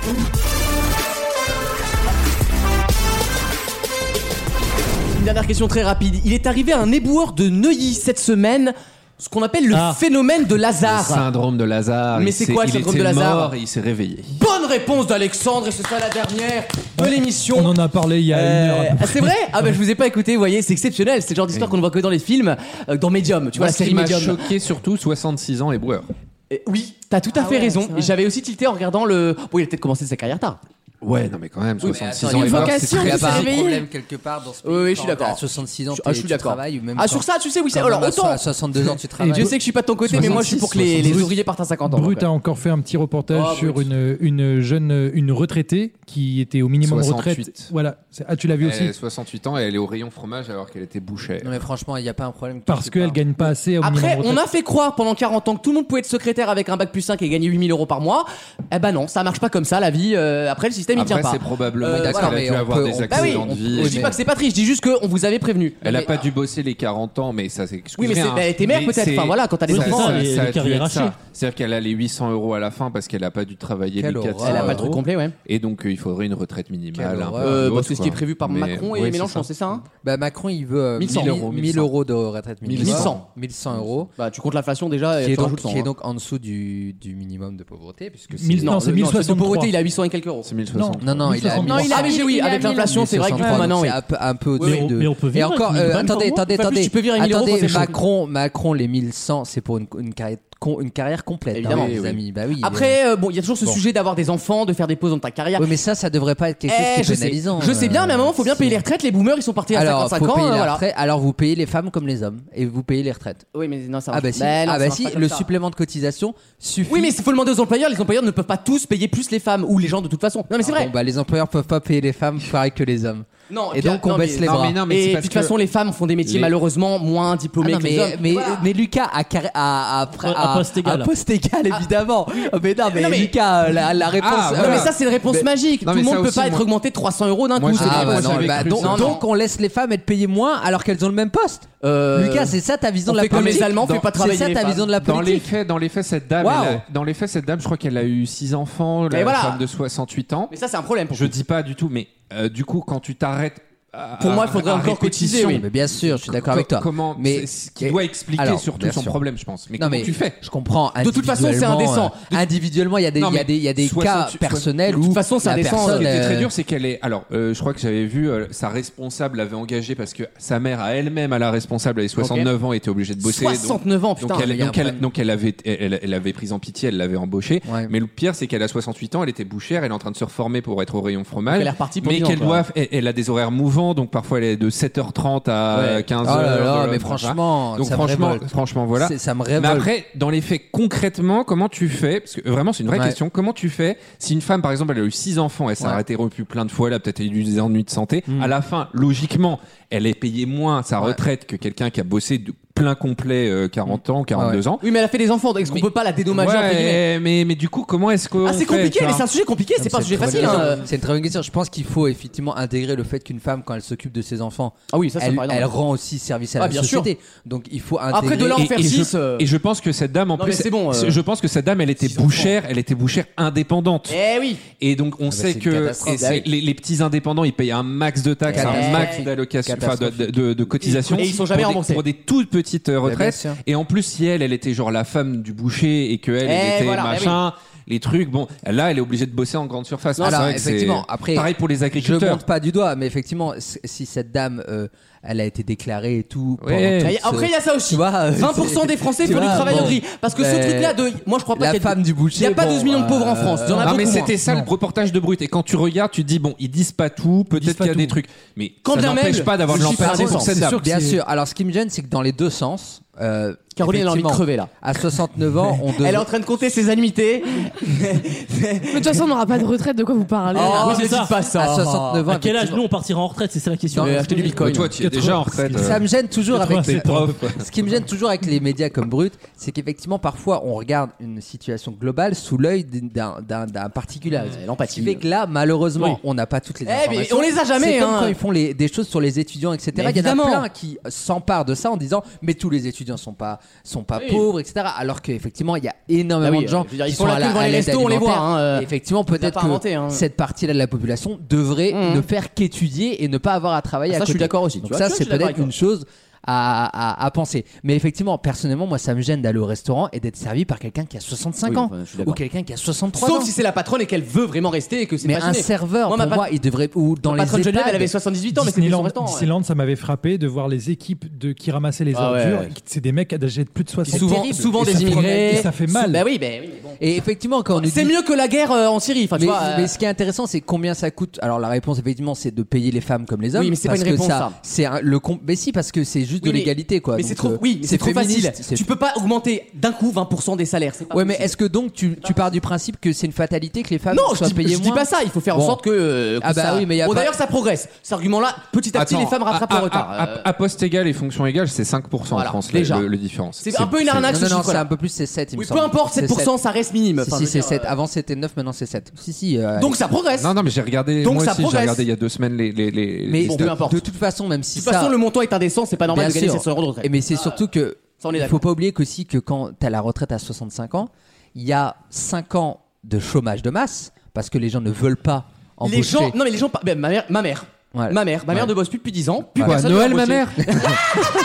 S2: Une dernière question très rapide. Il est arrivé à un éboueur de Neuilly cette semaine ce qu'on appelle le
S7: Ah.
S2: phénomène de
S6: Le
S2: Lazare.
S6: syndrome de Lazare.
S2: Mais
S6: il
S2: c'est
S6: s'est-
S2: quoi le
S6: il
S2: syndrome de
S6: était
S2: Lazare
S6: mort et il s'est réveillé.
S2: Bonne réponse d'Alexandre et c'est ça la dernière de l'émission.
S5: On en a parlé il y a une
S2: Euh,
S5: heure.
S2: ah, c'est vrai Ah ben je vous ai pas écouté, vous voyez, c'est exceptionnel, c'est le genre d'histoire qu'on ne voit que dans les films, euh, dans Medium, tu vois
S6: Moi,
S2: la
S6: ce qui
S2: série
S6: m'a
S2: Medium.
S6: choqué surtout, 66 ans, les boueurs.
S2: Eh, oui, t'as tout à
S4: Ah
S2: fait
S4: ouais,
S2: raison.
S4: c'est vrai.
S2: J'avais aussi tilté en regardant le. Bon, il a peut-être commencé sa carrière tard.
S6: Ouais, non mais quand même,
S3: mais
S6: 66
S3: attends,
S6: ans,
S3: il y a
S6: les
S3: une
S6: boueurs,
S4: vocation
S6: c'est
S3: Il
S6: très
S3: n'y a
S4: qui s'est
S3: pas un
S4: réveillée.
S3: problème quelque part dans ce pays.
S2: Oui, oui, je suis
S3: quand
S2: d'accord.
S3: À 66 ans,
S2: Ah,
S3: t'es-
S2: je suis
S3: tu
S2: d'accord.
S3: travailles ou même
S2: Ah,
S3: quand-
S2: sur ça, tu sais, oui, c'est.
S3: quand
S2: Alors
S3: même à so-
S2: autant.
S3: À 62 ans, tu
S2: Je
S3: travailles.
S2: sais que je suis pas de ton côté, mais moi je suis pour que les,
S5: 66,
S2: les ouvriers partent à 50 ans.
S5: Brut
S2: donc, euh,
S5: a encore fait un petit reportage
S2: Oh,
S5: sur
S2: Brut.
S5: une, une jeune une retraitée qui était au minimum de retraite.
S6: 68.
S5: Voilà. C'est- Ah, tu
S2: Eh,
S5: l'as vu
S6: Elle a
S5: aussi
S6: 68 ans et elle est au rayon fromage alors qu'elle était bouchère.
S3: Non, mais franchement, il n'y a pas un problème.
S5: Parce
S3: quelque
S5: qu'elle
S3: part.
S5: gagne pas assez au
S2: hein.
S5: minimum
S2: Après,
S5: de
S2: on
S5: retraite.
S2: a fait croire pendant 40 ans que tout le monde pouvait être secrétaire avec un bac plus 5 et gagner 8000 euros par mois. Eh ben non, ça marche pas comme ça, la vie. euh, après, le système, il tient
S6: Après,
S2: pas.
S6: c'est probablement
S2: Euh,
S6: parce
S2: voilà,
S6: qu'elle a
S3: mais
S6: dû
S3: on
S6: avoir
S3: peut-
S6: des
S3: on-
S2: Bah oui,
S6: accidents
S2: on-
S6: de vie.
S2: je dis pas que c'est pas triste, je dis juste qu'on vous avait prévenu.
S6: Elle a
S3: mais-
S6: pas dû bosser les 40 ans, mais ça c'est.
S2: Oui, mais c'est- elle était mère, peut-être. Enfin, voilà, quand t'as des
S6: les
S2: enfants,
S7: les- les carrières hachées.
S6: C'est-à-dire qu'elle a les 800 euros à la fin parce qu'elle a pas dû travailler
S3: Quelle
S6: les 400
S3: horreur.
S2: Elle a
S3: Ah,
S2: pas le truc
S6: euros.
S2: complet, ouais.
S6: Et donc, euh, il faudrait une retraite minimale.
S3: Quelle
S6: un peu
S3: horreur.
S2: Euh,
S6: haute,
S2: bah, c'est ce qui est
S6: quoi.
S2: prévu par
S6: Mais-
S2: Macron
S6: ouais,
S2: et
S6: c'est
S2: Mélenchon,
S6: ça.
S2: c'est ça hein
S3: Bah, Macron, il veut euh,
S2: 1100
S3: 1000
S6: euros,
S3: 1000 euros de retraite minimum.
S2: 1100.
S3: 1100 euros.
S2: Bah, tu comptes l'inflation déjà et
S3: qui est,
S2: tu
S3: donc,
S2: rajoutes 100,
S3: qui est
S2: hein.
S3: donc en dessous du, du minimum de pauvreté. Puisque c'est-
S5: Mille-
S2: Non,
S5: Non, c'est
S2: le- non, le
S5: 1063.
S2: pauvreté, il a 800 et quelques euros.
S6: C'est 1060.
S3: Non, non, il a
S5: Non,
S2: il a ah, mais j'ai- oui,
S4: il a
S2: avec
S4: 1000.
S2: l'inflation, c'est vrai que
S3: 1903,
S2: maintenant,
S3: donc
S2: oui.
S3: c'est un peu, un peu au-dessus
S7: Mais on-
S3: de.
S7: mais on peut
S3: et
S7: vivre avec
S3: encore,
S7: 1000
S3: euh,
S7: balles par
S3: attendez,
S7: mois.
S3: attendez,
S2: Enfin, plus,
S3: attendez.
S2: tu peux virer 1000 euros,
S3: attendez,
S2: c'est chaud.
S3: Macron, Macron, les 1100, c'est pour une, une carrière con- une carrière complète, hein,
S2: Évidemment.
S3: les
S6: Oui, oui.
S3: amis. Bah oui.
S2: Après, euh, bon, il y a toujours ce
S3: Bon.
S2: sujet d'avoir des enfants, de faire des pauses dans ta carrière.
S3: Oui, mais ça, ça devrait pas être quelque chose
S2: Eh,
S3: qui
S2: je
S3: est
S2: sais.
S3: pénalisant.
S2: Je sais bien, mais à un moment, faut bien
S3: c'est-
S2: payer les retraites. Les boomers, ils sont partis à
S3: Alors,
S2: 55
S3: faut
S2: ans.
S3: payer
S2: euh,
S3: les
S2: voilà.
S3: retraites. Alors, vous payez les femmes comme les hommes et vous payez les retraites.
S2: Oui, mais non, ça
S3: Ah
S2: marche-
S3: bah si,
S2: Mais non,
S3: ah
S2: ça
S3: bah
S2: marche
S3: si,
S2: pas comme
S3: le
S2: ça.
S3: supplément de cotisation suffit. Ah,
S2: Oui, mais il faut le demander aux employeurs. Les employeurs ne peuvent pas tous payer plus les femmes ou les gens de toute façon. Non, mais c'est
S3: Ah
S2: vrai.
S3: bon, bah, les employeurs peuvent pas payer les femmes pareil que les hommes.
S2: non,
S3: et
S2: bien-
S3: donc, on
S2: non,
S3: baisse
S2: mais-
S3: les
S2: non,
S3: bras.
S2: mais-
S6: non,
S2: Et
S6: c'est
S2: puis, de
S6: parce
S2: toute façon, les femmes font des métiers
S6: Les-
S2: malheureusement moins
S3: Ah
S2: diplômés
S3: non,
S2: que les
S3: mais,
S2: hommes.
S3: mais,
S2: Voilà.
S3: mais Lucas à, carré- à, à,
S7: À poste égal.
S3: à poste égal, évidemment. Mais non, mais,
S2: Non, Ah. mais-
S3: Lucas, euh, la, la réponse.
S6: Ah,
S3: euh,
S2: Non, mais ça, c'est une réponse
S6: Mais-
S2: magique.
S6: Non,
S2: Tout
S6: mais
S2: le monde
S6: ça
S2: peut
S6: aussi,
S2: pas être
S6: moi-
S2: augmenté 300 euros d'un
S6: Moi,
S2: coup.
S6: je-
S2: c'est
S3: Ah,
S2: pas
S3: bah,
S6: moi,
S2: possible.
S3: non,
S6: j'avais
S3: bah,
S6: cru
S3: donc,
S6: ça. Non,
S3: donc on laisse les femmes être payées moins alors qu'elles ont le même poste.
S2: Euh,
S3: Lucas, c'est ça ta vision
S2: on
S3: de la
S2: fait comme
S3: politique.
S2: les Allemands, on fait
S3: Dans-
S2: pas travailler
S3: C'est ça
S2: les
S3: ta
S2: femmes.
S3: vision de la
S6: Dans les
S3: politique.
S6: faits, dans les faits, cette dame,
S3: Waouh.
S6: elle a- dans les faits, cette dame, je crois qu'elle a eu 6 enfants,
S2: Mais
S6: la
S2: voilà.
S6: femme de 68 ans.
S2: Mais ça, c'est un problème pour
S6: Je dis pas du tout, mais euh, du coup, quand tu t'arrêtes, à-
S2: Pour moi, il
S6: à-
S2: faudrait
S6: à
S2: encore
S6: répétition,
S2: cotiser, oui.
S3: Mais bien sûr, je suis d'accord avec toi.
S6: Comment
S3: Mais-
S6: mais ce qui doit expliquer
S3: Alors,
S6: surtout
S3: bien
S6: son
S3: sûr.
S6: problème, je pense. Mais
S3: Non,
S6: comment
S3: mais-
S6: tu fais
S3: Je comprends.
S2: De toute façon, c'est
S3: individuellement,
S2: indécent.
S3: euh, individuellement, il y a des, il y a des, il y a des cas
S6: 68
S3: personnels
S2: De
S3: où
S2: toute façon, c'est
S3: la
S2: indécent,
S6: Ce
S3: personne.
S6: qui était
S3: euh,
S6: très dur, c'est qu'elle est. Alors, euh, je crois que j'avais vu euh, sa responsable l'avait engagée parce que sa mère à elle-même, à la responsable, elle avait 69 ans, était obligée de bosser. donc-
S2: 69 ans,
S6: donc,
S2: putain.
S6: elle,
S3: il y a
S6: donc,
S3: un
S6: elle-
S3: problème.
S6: donc elle avait, elle, elle avait prise en pitié, elle l'avait embauchée.
S3: Ouais.
S6: Mais le pire, c'est qu'elle a 68 ans, elle était bouchère, elle est en train de se reformer pour être au rayon fromage.
S2: Elle est repartie pour
S6: mais
S2: dix ans,
S6: qu'elle
S2: quoi.
S6: doit, elle, elle a des horaires mouvants, donc parfois elle est de 7h30 à
S2: Ouais.
S6: 15h.
S3: Oh là là,
S6: de l'autre,
S3: mais
S6: voilà.
S3: franchement,
S6: donc
S3: ça me
S6: franchement,
S3: révolte.
S6: franchement, voilà.
S3: C'est- Ça me
S6: Mais
S3: révolte.
S6: après, dans les faits, concrètement, comment tu fais Parce que euh, vraiment, c'est une vraie
S3: Ouais.
S6: question. Comment tu fais si une femme, par exemple, elle a eu six enfants, elle s'est
S3: Ouais. Hmm.
S6: arrêtée repu plein de fois, elle a peut-être eu des ennuis de santé. À la fin, logiquement, elle est payée moins à sa
S3: Ouais.
S6: retraite que quelqu'un qui a bossé de plein complet euh, 40 ans, 42 ans.
S2: Oui, mais elle a fait des enfants, donc est-ce qu'on
S6: Mais-
S2: peut pas la dédommager entre guillemets
S6: Ouais, mais, mais du coup, comment est-ce que
S2: Ah, c'est compliqué, mais c'est un sujet compliqué, c'est pas un
S3: une
S2: sujet
S3: très bonne
S2: facile.
S3: question.
S2: hein.
S3: C'est une très bonne question. Je pense qu'il faut effectivement intégrer le fait qu'une femme, quand elle s'occupe de ses enfants,
S2: Ah oui, ça, c'est
S3: elle,
S2: par exemple.
S3: elle rend aussi service à
S2: Ah,
S3: la
S2: bien
S3: société. Donc il faut intégrer.
S2: Après, de là, en
S6: Et-
S2: faire
S6: et, je-
S2: 6.
S6: et je pense que cette dame, en
S2: Non, mais
S6: plus,
S2: c'est bon, euh,
S6: je pense que cette dame, elle était bouchère, elle était bouchère indépendante.
S2: Eh oui
S6: Et donc on
S3: bah, c'est
S6: sait
S3: une
S6: que
S3: catastrophe.
S6: et c'est- les, les petits indépendants ils payent un max de taxes, un
S3: Catastrophe.
S6: max d'allocations, enfin de, de, de- de cotisations.
S2: Et ils sont jamais
S6: pour des-
S2: remboursés.
S6: pour des toutes petites euh,
S3: bien
S6: retraites.
S3: sûr.
S6: Et en plus si elle, elle était genre la femme du boucher et que elle, elle
S2: Eh,
S6: était
S2: voilà, eh
S6: machin, les trucs. Bon, là elle est obligée de bosser en grande surface.
S3: Alors,
S6: C'est vrai que c'est
S3: effectivement, après,
S6: pareil pour les
S3: Je
S6: agriculteurs.
S3: monte pas du doigt, mais effectivement, c- si cette dame, euh, elle a été déclarée et tout. pendant
S6: Ouais.
S3: toute
S2: Et
S3: ce-
S2: Après, il y a ça aussi.
S3: tu vois, euh,
S2: 20% des Français
S3: tu
S2: font du
S3: vois,
S2: travail en
S3: bon.
S2: gris. Parce que ce
S3: Euh,
S2: truc-là de. Moi, je crois pas
S3: la
S2: qu'il y a.
S3: femme du
S2: Il
S3: boucher.
S2: y a pas
S3: bon,
S2: 12 millions de pauvres en
S3: euh,
S2: France. Il y en a
S6: Non mais
S2: beaucoup, hein.
S6: c'était ça le
S5: Non.
S6: reportage de brut et quand tu regardes tu te dis bon ils disent pas tout
S5: disent
S6: peut-être
S5: pas
S6: qu'il y a des
S5: tout.
S6: trucs mais
S2: Quand
S6: ça
S2: bien
S6: n'empêche
S2: même,
S6: pas d'avoir
S2: le
S6: de
S2: chiffre
S6: l'empathie
S2: indécent.
S6: pour cette
S2: C'est
S6: dame
S5: sûr que
S3: Bien
S5: c'est-
S3: sûr. Alors, ce qui me gêne, c'est que dans les deux sens. euh,
S2: Caroline, elle a envie de
S3: effectivement,
S2: crever là.
S3: À 69 ans, on devrait.
S2: Elle est en train de compter ses annuités.
S4: Mais de toute façon, on n'aura pas de retraite, de quoi vous parlez
S3: Ah,
S4: là
S2: Oh,
S7: oui,
S2: ne
S7: c'est ça.
S2: dites pas
S3: À
S2: ça.
S3: 69 ans.
S7: À quel âge
S3: effectivement.
S7: nous on partira en retraite C'est ça la question. Ah,
S3: Non, mais
S2: acheter du bitcoin.
S6: Mais toi tu es déjà en retraite euh,
S3: Ça me gêne toujours avec.
S6: t'es prof
S3: Ce qui me gêne toujours avec les médias comme Brut, c'est qu'effectivement, parfois, on regarde une situation globale sous l'œil d'une- d'un- d'un d'un particularisme.
S2: Ouais, l'empathie.
S3: Ce qui fait que là, malheureusement,
S7: Oui.
S3: on n'a pas toutes les
S2: Eh, mais
S3: informations.
S2: on les a jamais,
S3: C'est comme
S2: hein.
S3: quand ils font les- des choses sur les étudiants, etc.
S2: Mais
S3: Il y en a
S2: évidemment.
S3: plein qui s'emparent de ça en disant Mais tous les étudiants sont pas, sont pas pauvres, etc. Alors qu'effectivement, il y a énormément
S2: Ah oui,
S3: de gens
S2: je veux dire, ils
S3: qui
S2: font
S3: sont
S2: la
S3: à la
S2: queue devant
S3: à
S2: les
S3: l'aide
S2: restos, on les voit,
S3: alimentaire.
S2: hein, euh,
S3: Et effectivement, peut-être
S2: pas
S3: que
S2: inventé, hein.
S3: cette partie-là de la population devrait
S2: Mmh.
S3: ne faire qu'étudier et ne pas avoir à travailler
S2: Ah,
S3: à
S2: ça, je
S3: côté.
S2: suis d'accord aussi, tu
S3: Donc
S2: vois,
S3: ça,
S2: tu vois,
S3: c'est
S2: je suis d'accord avec
S3: peut-être
S2: toi.
S3: une chose à, à- à penser. Mais effectivement, personnellement, moi, ça me gêne d'aller au restaurant et d'être servi par quelqu'un qui a 65
S2: Oui,
S3: ans
S2: enfin, je suis
S3: ou
S2: d'accord.
S3: quelqu'un qui a 63
S2: Sauf
S3: ans.
S2: si c'est la patronne et qu'elle veut vraiment rester et que c'est
S3: mais un
S2: passionné.
S3: serveur,
S2: Moi, ma
S3: pour
S2: pat-
S3: moi, il devrait ou dans
S2: La
S3: les
S2: patronne de Genève,
S3: EHPAD,
S2: elle avait 78 ans, mais c'était son
S5: Disneyland,
S2: restant.
S5: Disneyland, ça m'avait frappé de voir les équipes de, qui ramassaient les
S2: Ah ouais,
S5: ordures.
S2: ouais.
S5: C'est des mecs d'âge de plus de 60
S2: Souvent,
S3: terrible.
S2: souvent
S5: Et
S2: des
S5: ça fait-
S2: immigrés.
S5: et ça fait mal.
S2: Bah oui, bah oui, mais bon.
S3: Et effectivement, quand on nous
S2: C'est
S3: dit-
S2: mieux que la guerre euh, en Syrie. Enfin, tu
S3: mais,
S2: vois, euh,
S3: mais ce qui est intéressant, c'est combien ça coûte. Alors la réponse, effectivement, c'est de payer les femmes comme les hommes.
S2: Oui, mais c'est pas
S3: parce
S2: une
S3: que
S2: réponse,
S3: ça,
S2: ça.
S3: C'est un- le com- Mais si, parce que c'est juste
S2: Oui,
S3: de
S2: mais-
S3: l'égalité, quoi.
S2: Mais
S3: Donc,
S2: c'est
S3: euh,
S2: trop, oui, mais c'est trop
S3: féministe,
S2: facile.
S3: c'est
S2: Tu peux pas augmenter d'un coup 20% des salaires. c'est pas
S3: Ouais, mais
S2: possible.
S3: est-ce que donc tu, tu pars du principe que c'est une fatalité que les femmes
S2: Non, je
S3: soient
S2: dis,
S3: payées
S2: je dis
S3: moins
S2: pas ça. Il faut faire en
S3: Bon.
S2: sorte que. euh, que
S3: Ah bah
S2: ça-
S3: oui, mais y a
S2: Bon,
S3: pas-
S2: d'ailleurs, ça progresse. Cet argument-là, petit à petit, les femmes rattrapent
S6: à-
S2: leur
S6: à-
S2: retard.
S6: à-
S2: Euh,
S6: à poste égal et fonction égale, c'est 5%
S2: Voilà,
S6: en France,
S2: déjà.
S6: Le, le différence.
S2: C'est un peu une
S6: c'est-
S2: arnaque.
S3: Non,
S2: ce
S3: non, non,
S2: chiffre-là.
S3: c'est un peu plus, c'est 7. Il
S2: Oui,
S3: me
S2: peu
S3: semble.
S2: importe,
S3: C'est
S2: 7%, ça reste minime.
S3: Si,
S2: Enfin, je
S3: si,
S2: veux
S3: c'est ah
S2: dire,
S3: 7.
S2: euh,
S3: Avant, c'était 9, maintenant, c'est 7. Si, si. euh,
S2: Donc ça progresse.
S6: Non, non, mais j'ai regardé.
S2: Donc
S6: moi
S2: ça
S6: aussi, j'ai
S2: progresse.
S6: regardé il y a deux semaines les. les, les-
S3: mais
S6: les
S2: bon,
S3: de,
S6: stats.
S2: peu importe.
S3: de toute façon, même si
S2: De
S3: ça.
S2: toute façon, le montant est indécent, c'est pas normal de
S3: Bien
S2: gagner
S3: sûr.
S2: 700 euros de retraite.
S3: Et Mais c'est surtout que.
S2: Ça, on est
S3: il
S2: d'accord.
S3: faut pas oublier qu'aussi que quand t'as la retraite à 65 ans, il y a 5 ans de chômage de masse parce que les gens ne veulent pas embaucher.
S2: Les gens, non mais les gens, pa- ben, ma mère, ma mère,
S3: Voilà.
S2: Ma mère, ma mère ne bosse plus depuis 10 ans. Plus
S3: Quoi,
S2: personne
S3: Noël,
S2: ne va
S3: ma
S2: bosser.
S3: mère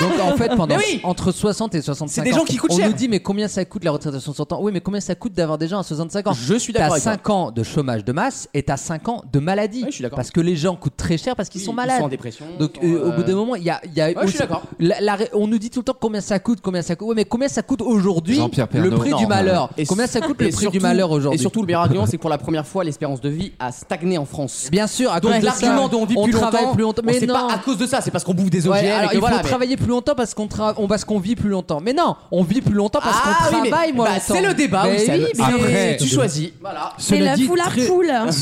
S3: Donc en fait, pendant
S2: Mais oui
S3: entre 60 et 65
S2: C'est des
S3: ans,
S2: gens qui coûtent
S3: on
S2: cher.
S3: nous dit mais combien ça coûte la retraite à 60 ans Oui, mais combien ça coûte d'avoir des gens à 65 ans
S2: Je suis d'accord
S3: T'as
S2: avec toi.
S3: 5 ans de chômage de masse et t'as 5 ans de maladie.
S2: Ouais, je suis d'accord.
S3: parce que les gens coûtent très cher parce qu'ils sont
S2: Ils
S3: malades.
S2: sont en dépression,
S3: Donc
S2: ils sont,
S3: euh, au bout d'un
S2: euh,
S3: moment, il y a, il y a
S2: je suis d'accord.
S3: la- la ré- on nous dit tout le temps combien ça coûte, combien ça coûte. Oui, mais combien ça coûte aujourd'hui
S6: Jean-Pierre
S3: le
S6: Pernaut.
S3: prix
S6: Non,
S3: du
S6: non,
S3: malheur
S2: Et
S3: Combien
S2: s-
S3: ça coûte le
S2: et
S3: prix
S2: surtout-
S3: du malheur aujourd'hui
S2: Et surtout, le meilleur argument, c'est que pour la première fois, l'espérance de vie a stagné en France.
S3: Bien sûr, à
S2: Donc
S3: cause de
S2: l'argument
S3: ça,
S2: dont on vit plus
S3: travaille
S2: longtemps,
S3: plus longtemps.
S2: on
S3: Mais
S2: sait
S3: non.
S2: pas à cause de ça, c'est parce qu'on bouffe des
S3: Ouais,
S2: OGM et
S3: alors,
S2: que
S3: il
S2: voilà,
S3: faut
S2: mais-
S3: travailler plus longtemps parce qu'on tra- on parce qu'on vit plus longtemps. Mais non, on vit plus longtemps parce
S2: Ah
S3: qu'on
S2: oui, mais-
S3: travaille moins
S2: bah,
S3: longtemps.
S2: c'est le débat,
S3: Mais
S2: Wissem.
S3: oui, mais-
S5: Après-
S2: tu choisis. Voilà.
S4: C'est la foule à poule.
S2: Droite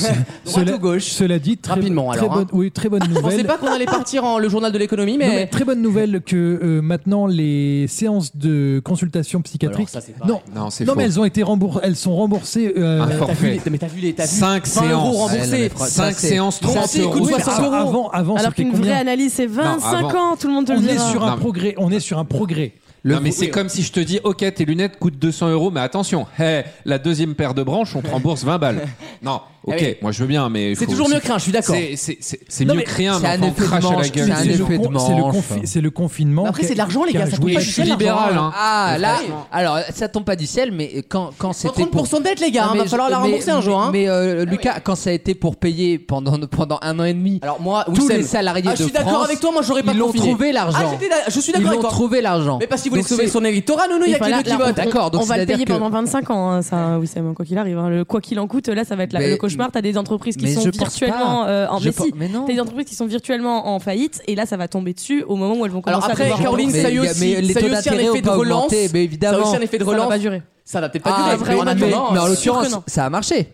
S5: cela,
S2: ou gauche
S5: Cela dit, très,
S2: Rapidement,
S5: très
S2: alors,
S5: bonne-
S2: hein.
S5: oui, très bonne
S2: Je pensais
S5: nouvelle.
S2: pas qu'on allait partir en le journal de l'économie, mais,
S5: Non, mais très bonne nouvelle que euh, maintenant les séances de consultation psychiatrique.
S2: Alors, ça, c'est pareil.
S5: non,
S6: Non, c'est
S5: non,
S6: faux. Ah,
S5: mais elles ont été remboursées. Elles sont remboursées. euh,
S6: Un
S2: t'as vu,
S6: forfait.
S2: les- mais t'as vu les t'as vu
S6: 5
S2: 20 euros
S3: Ouais,
S6: séances.
S3: non, mais
S2: remboursés.
S3: franchement, ça,
S6: 5
S3: c'est-
S6: séances,
S2: Ça,
S6: 30
S2: c'est-
S6: euros.
S2: coûte
S5: oui, mais
S2: 60
S5: avant-
S2: euros.
S5: Avant, avant,
S4: Alors
S5: c'était
S4: qu'une vraie
S5: combien
S4: analyse, c'est 25
S6: avant.
S4: ans, tout le monde te le
S5: On
S4: dira.
S5: est sur
S6: Non,
S5: un
S6: mais-
S5: progrès. On est sur un progrès.
S6: non, mais c'est comme si je te dis, ok, tes lunettes coûtent 200 euros, mais attention, hé, la deuxième paire de branches, on te rembourse 20 balles. Non, ok,
S2: Ah oui.
S6: moi je veux bien, mais.
S2: C'est
S6: faut-
S2: toujours mieux que rien, je suis d'accord.
S6: C'est c'est- c'est- c'est
S5: Non,
S6: mieux
S5: mais
S6: que rien,
S3: c'est
S6: mais
S3: un
S6: enfin, on
S3: effet de
S6: crache à la
S3: manche,
S6: gueule.
S3: c'est un
S5: C'est
S6: des
S5: le
S6: gens.
S3: effet de
S5: con- c'est le
S3: manche.
S5: confi- C'est le confinement.
S2: Après,
S5: qui a-
S2: c'est de l'argent, les
S5: qui a
S2: gars, ça coûte
S5: joué.
S2: pas
S6: Je suis
S2: cher, l'argent,
S6: libéral,
S2: hein.
S6: hein.
S3: Ah là,
S2: oui.
S3: alors ça tombe pas du ciel, mais quand quand c'était pour
S2: 30% d'être, les gars,
S3: Non,
S2: hein,
S3: mais
S2: va
S3: je-
S2: falloir la
S3: mais-
S2: rembourser un jour. hein.
S3: Mais euh, Lucas, quand ça a été pour payer pendant pendant un an et demi,
S2: Alors moi,
S3: tous
S2: Wissem,
S3: les salariés
S2: ah,
S3: de
S2: je suis d'accord
S3: France,
S2: avec toi, moi j'aurais pas
S3: ils l'ont
S2: confiné.
S3: trouvé
S2: Ah,
S3: l'argent.
S2: j'étais là- je suis
S3: ils
S2: d'accord avec
S3: l'ont
S2: toi.
S3: trouvé l'argent.
S2: Mais parce qu'il voulait
S3: Donc
S2: sauver
S3: c'est-
S2: son électorat, nounou, il y a
S4: Il
S2: que les
S4: faut
S2: deux qui
S4: la- la-
S2: votent.
S3: D'accord, donc
S4: on va le
S3: c'est-à-dire
S4: payer
S3: que-
S4: pendant 25 ans, hein, ça, Wissem, quoi qu'il arrive. hein. Le quoi qu'il en coûte, là, ça va être la-
S3: Mais-
S4: le cauchemar. T'as des entreprises qui
S3: mais
S4: sont
S3: je pense
S4: virtuellement
S3: pas.
S4: euh, en
S3: Je
S4: mais
S3: pense-
S4: si,
S3: mais non.
S4: T'as des entreprises qui sont virtuellement en faillite, et là, ça va tomber dessus au moment où elles vont
S2: Alors
S4: commencer
S2: après,
S4: à devoir
S2: Caroline,
S4: rembourser.
S2: ça y est
S3: Mais- mais
S2: aussi,
S3: les
S2: ça y est aussi
S3: taux
S2: un
S3: d'intérêt
S2: effet
S3: ont
S2: de
S3: pas
S2: relance.
S3: augmenté,
S2: Ça
S3: mais
S2: a aussi
S3: évidemment.
S2: un effet de
S4: Ça va
S2: relance.
S4: pas durer.
S2: Ça va peut-être pas
S3: Ah,
S2: durer.
S3: mais,
S2: mais en
S3: mais-
S2: attendant,
S3: mais en
S2: euh,
S3: l'occurrence,
S4: sûr que non.
S3: ça a marché.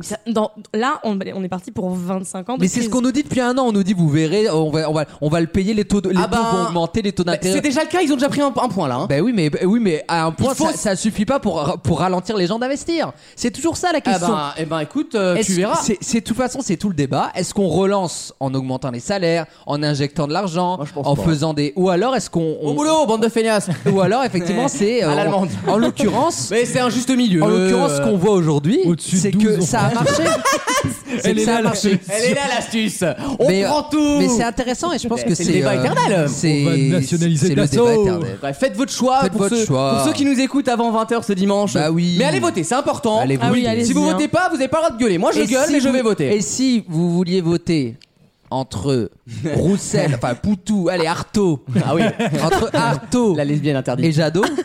S4: Ça- dans- là, on, on est parti pour 25 ans de
S3: Mais c'est
S4: crise.
S3: ce qu'on nous dit depuis un an. On nous dit, vous verrez, on va, on va, on va le payer, les taux, de- les
S2: Ah bah,
S3: taux vont augmenter, les taux
S2: bah,
S3: d'intérêt.
S2: c'est déjà le cas, ils ont déjà pris un, un point là. hein.
S3: Ben oui, mais oui, mais à un point,
S2: Il faut-
S3: ça, ça suffit pas pour pour ralentir les gens d'investir. C'est toujours ça la
S2: Ah
S3: question.
S2: ben, eh ben écoute, euh,
S3: Est-ce
S2: tu
S3: que-
S2: verras.
S3: C'est c'est- de toute façon c'est tout le débat. Est-ce qu'on relance en augmentant les salaires, en injectant de l'argent,
S2: Moi, je pense
S3: en
S2: pas.
S3: faisant des ou alors est-ce qu'on on-
S2: Au boulot, bande de feignasses.
S3: ou alors effectivement
S2: Ouais.
S3: c'est euh,
S2: À l'allemande.
S3: en, en l'occurrence
S2: Mais c'est un juste milieu.
S3: en l'occurrence ce qu'on voit aujourd'hui
S5: Au-dessus de
S3: c'est
S5: 12,
S3: que
S5: on
S3: ça a marché. c'est
S5: Elle
S3: que
S5: est
S3: ça
S5: là,
S3: a
S5: la
S3: marché.
S2: Elle est là l'astuce. On
S3: Mais, euh,
S2: prend tout.
S3: Mais c'est intéressant et je pense que
S2: C'est
S3: c'est euh,
S2: le débat éternel.
S3: C'est
S5: On va nationaliser
S3: c'est le
S5: Dassault.
S3: débat éternel.
S2: Bref, faites votre choix,
S3: Oh. Faites
S2: pour,
S3: votre
S2: ceux,
S3: choix.
S2: pour ceux qui nous écoutent avant 20h ce dimanche.
S3: Bah oui.
S2: Mais allez voter, c'est important.
S3: Allez
S4: Ah oui,
S3: voter.
S4: allez-y,
S2: si vous
S4: hein.
S2: votez pas, vous n'avez pas le droit de gueuler. Moi, je
S3: Et
S2: gueule,
S3: si
S2: mais je
S3: vous-
S2: vais voter.
S3: Et si vous vouliez voter entre Roussel, enfin Poutou, allez Artaud,
S2: Ah oui,
S3: entre Artaud
S2: la lesbienne interdite.
S3: et Jadot. Ah,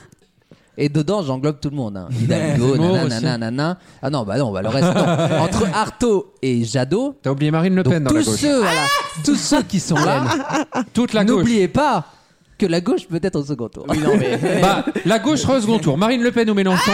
S3: Et dedans, j'englobe tout le monde. Hein. Hidalgo, nanana, nanana. Ah non, bah non, bah le reste, non. Entre Artaud et Jadot,
S6: T'as oublié Marine Le Pen dans la
S3: tous
S6: gauche.
S3: ceux, voilà, tous ceux qui sont là,
S6: Toute la gauche.
S3: n'oubliez pas que la gauche peut être au second tour.
S2: Oui, non, mais.
S6: Bah, la gauche sera au second tour. Marine Le Pen ou Mélenchon,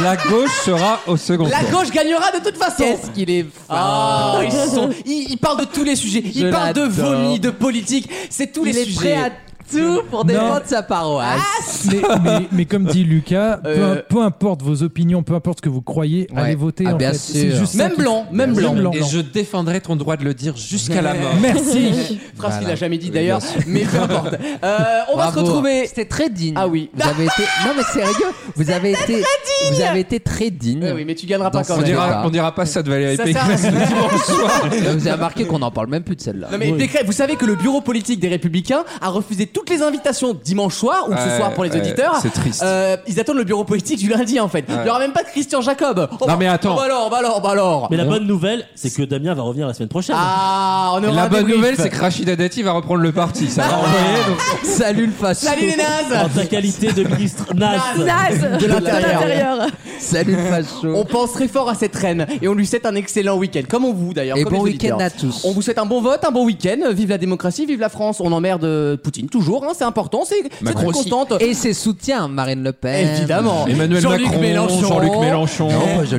S6: la gauche sera au second
S2: La
S6: tour.
S2: gauche gagnera de toute façon.
S3: Qu'est-ce qu'il est.
S2: Ah, ils, sont, ils, ils parlent de tous les sujets. Ils
S3: Je
S2: parlent de
S3: l'adore.
S2: vomi, de politique. C'est tous
S3: Il
S2: les
S3: est
S2: sujets.
S3: prêt à tout pour défendre sa paroisse.
S5: mais, mais- mais comme dit Lucas, peu-
S2: Euh.
S5: peu, importe vos opinions, peu importe ce que vous croyez,
S3: Ouais.
S5: allez voter.
S3: Ah,
S5: en
S3: bien
S5: fait.
S3: sûr.
S5: C'est juste ça
S2: Même
S5: qui-
S2: blanc, même blanc.
S5: blanc.
S6: Et je défendrai ton droit de le dire jusqu'à la mort.
S5: Merci.
S2: Phrase qu'il
S3: Voilà.
S2: a jamais dit
S6: Oui,
S2: d'ailleurs, mais peu importe. Euh, on va se
S3: Bravo.
S2: retrouver.
S3: C'était très digne.
S2: Ah oui.
S3: Vous avez été. Non mais sérieux. Vous avez été. Vous avez été très digne.
S2: Ouais, oui, mais tu gagneras
S3: Dans
S2: pas quand
S3: son
S6: On
S2: même.
S6: dira,
S3: D'accord.
S6: on dira pas ça de Valérie
S2: Ça
S6: Pécresse.
S2: sert à-
S3: Vous avez Euh, remarqué qu'on n'en parle même plus de celle-là.
S2: Non mais Pécresse, vous savez que le bureau politique des Républicains a refusé toutes les invitations dimanche soir ou ce
S6: Ouais,
S2: soir pour les
S6: ouais,
S2: auditeurs.
S6: c'est triste.
S2: Euh, ils attendent le bureau politique du lundi en fait. Il y aura même pas de Christian Jacob. Oh,
S6: Non, mais attends.
S2: oh, bah alors, bah alors, bah alors.
S7: Mais la bonne nouvelle, c'est que Damien va revenir la semaine prochaine.
S2: Ah, on aura
S6: La
S2: un
S6: bonne
S2: débrief.
S6: nouvelle, c'est que Rachida Dati va reprendre le parti. Ça
S2: Ah,
S6: va envoyer. donc-
S3: Salut le facho.
S2: Salut les
S7: En
S2: nazes.
S7: ta qualité de ministre naze.
S4: Naze de
S2: l'intérieur.
S4: l'intérieur.
S3: Salut le facho.
S2: On pense très fort à cette reine et on lui souhaite un excellent week-end, comme on vous d'ailleurs.
S3: Et
S2: comme
S3: bon
S2: les auditeurs.
S3: week-end à tous.
S2: On vous souhaite un bon vote, un bon week-end. Vive la démocratie, vive la France. On emmerde euh, Poutine toujours, hein, c'est important, c'est c'est
S6: Macron
S2: très
S6: aussi.
S2: constante.
S3: Et ses soutiens, Marine Le Pen.
S2: Évidemment.
S6: Emmanuel
S2: Jean-Luc
S6: Macron,
S2: Mélenchon.
S6: Jean-Luc Mélenchon.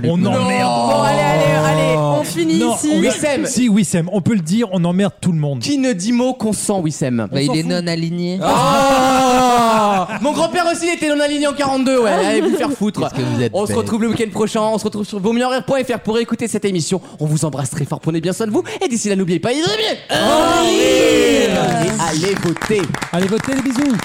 S5: On emmerde.
S4: Bon, allez, allez, allez, on finit
S5: Non,
S4: ici.
S5: on-
S2: Wissem.
S5: Si, Wissem, on peut le dire, on emmerde tout le monde.
S2: Qui ne dit mot consent, Wissem
S3: Bah, il est non aligné. Ah.
S2: Mon grand-père aussi il était non aligné en 42, ouais, allez vous faire foutre.
S3: que vous êtes Ben
S2: on se
S3: bête.
S2: retrouve le week-end prochain, on se retrouve sur vosmieuxenrire.fr pour écouter cette émission. On vous embrasse très fort, prenez bien soin de vous. Et d'ici
S3: Oh,
S2: Oh, là, n'oubliez pas, il est bien. Allez voter
S5: Allez voter, les bisous.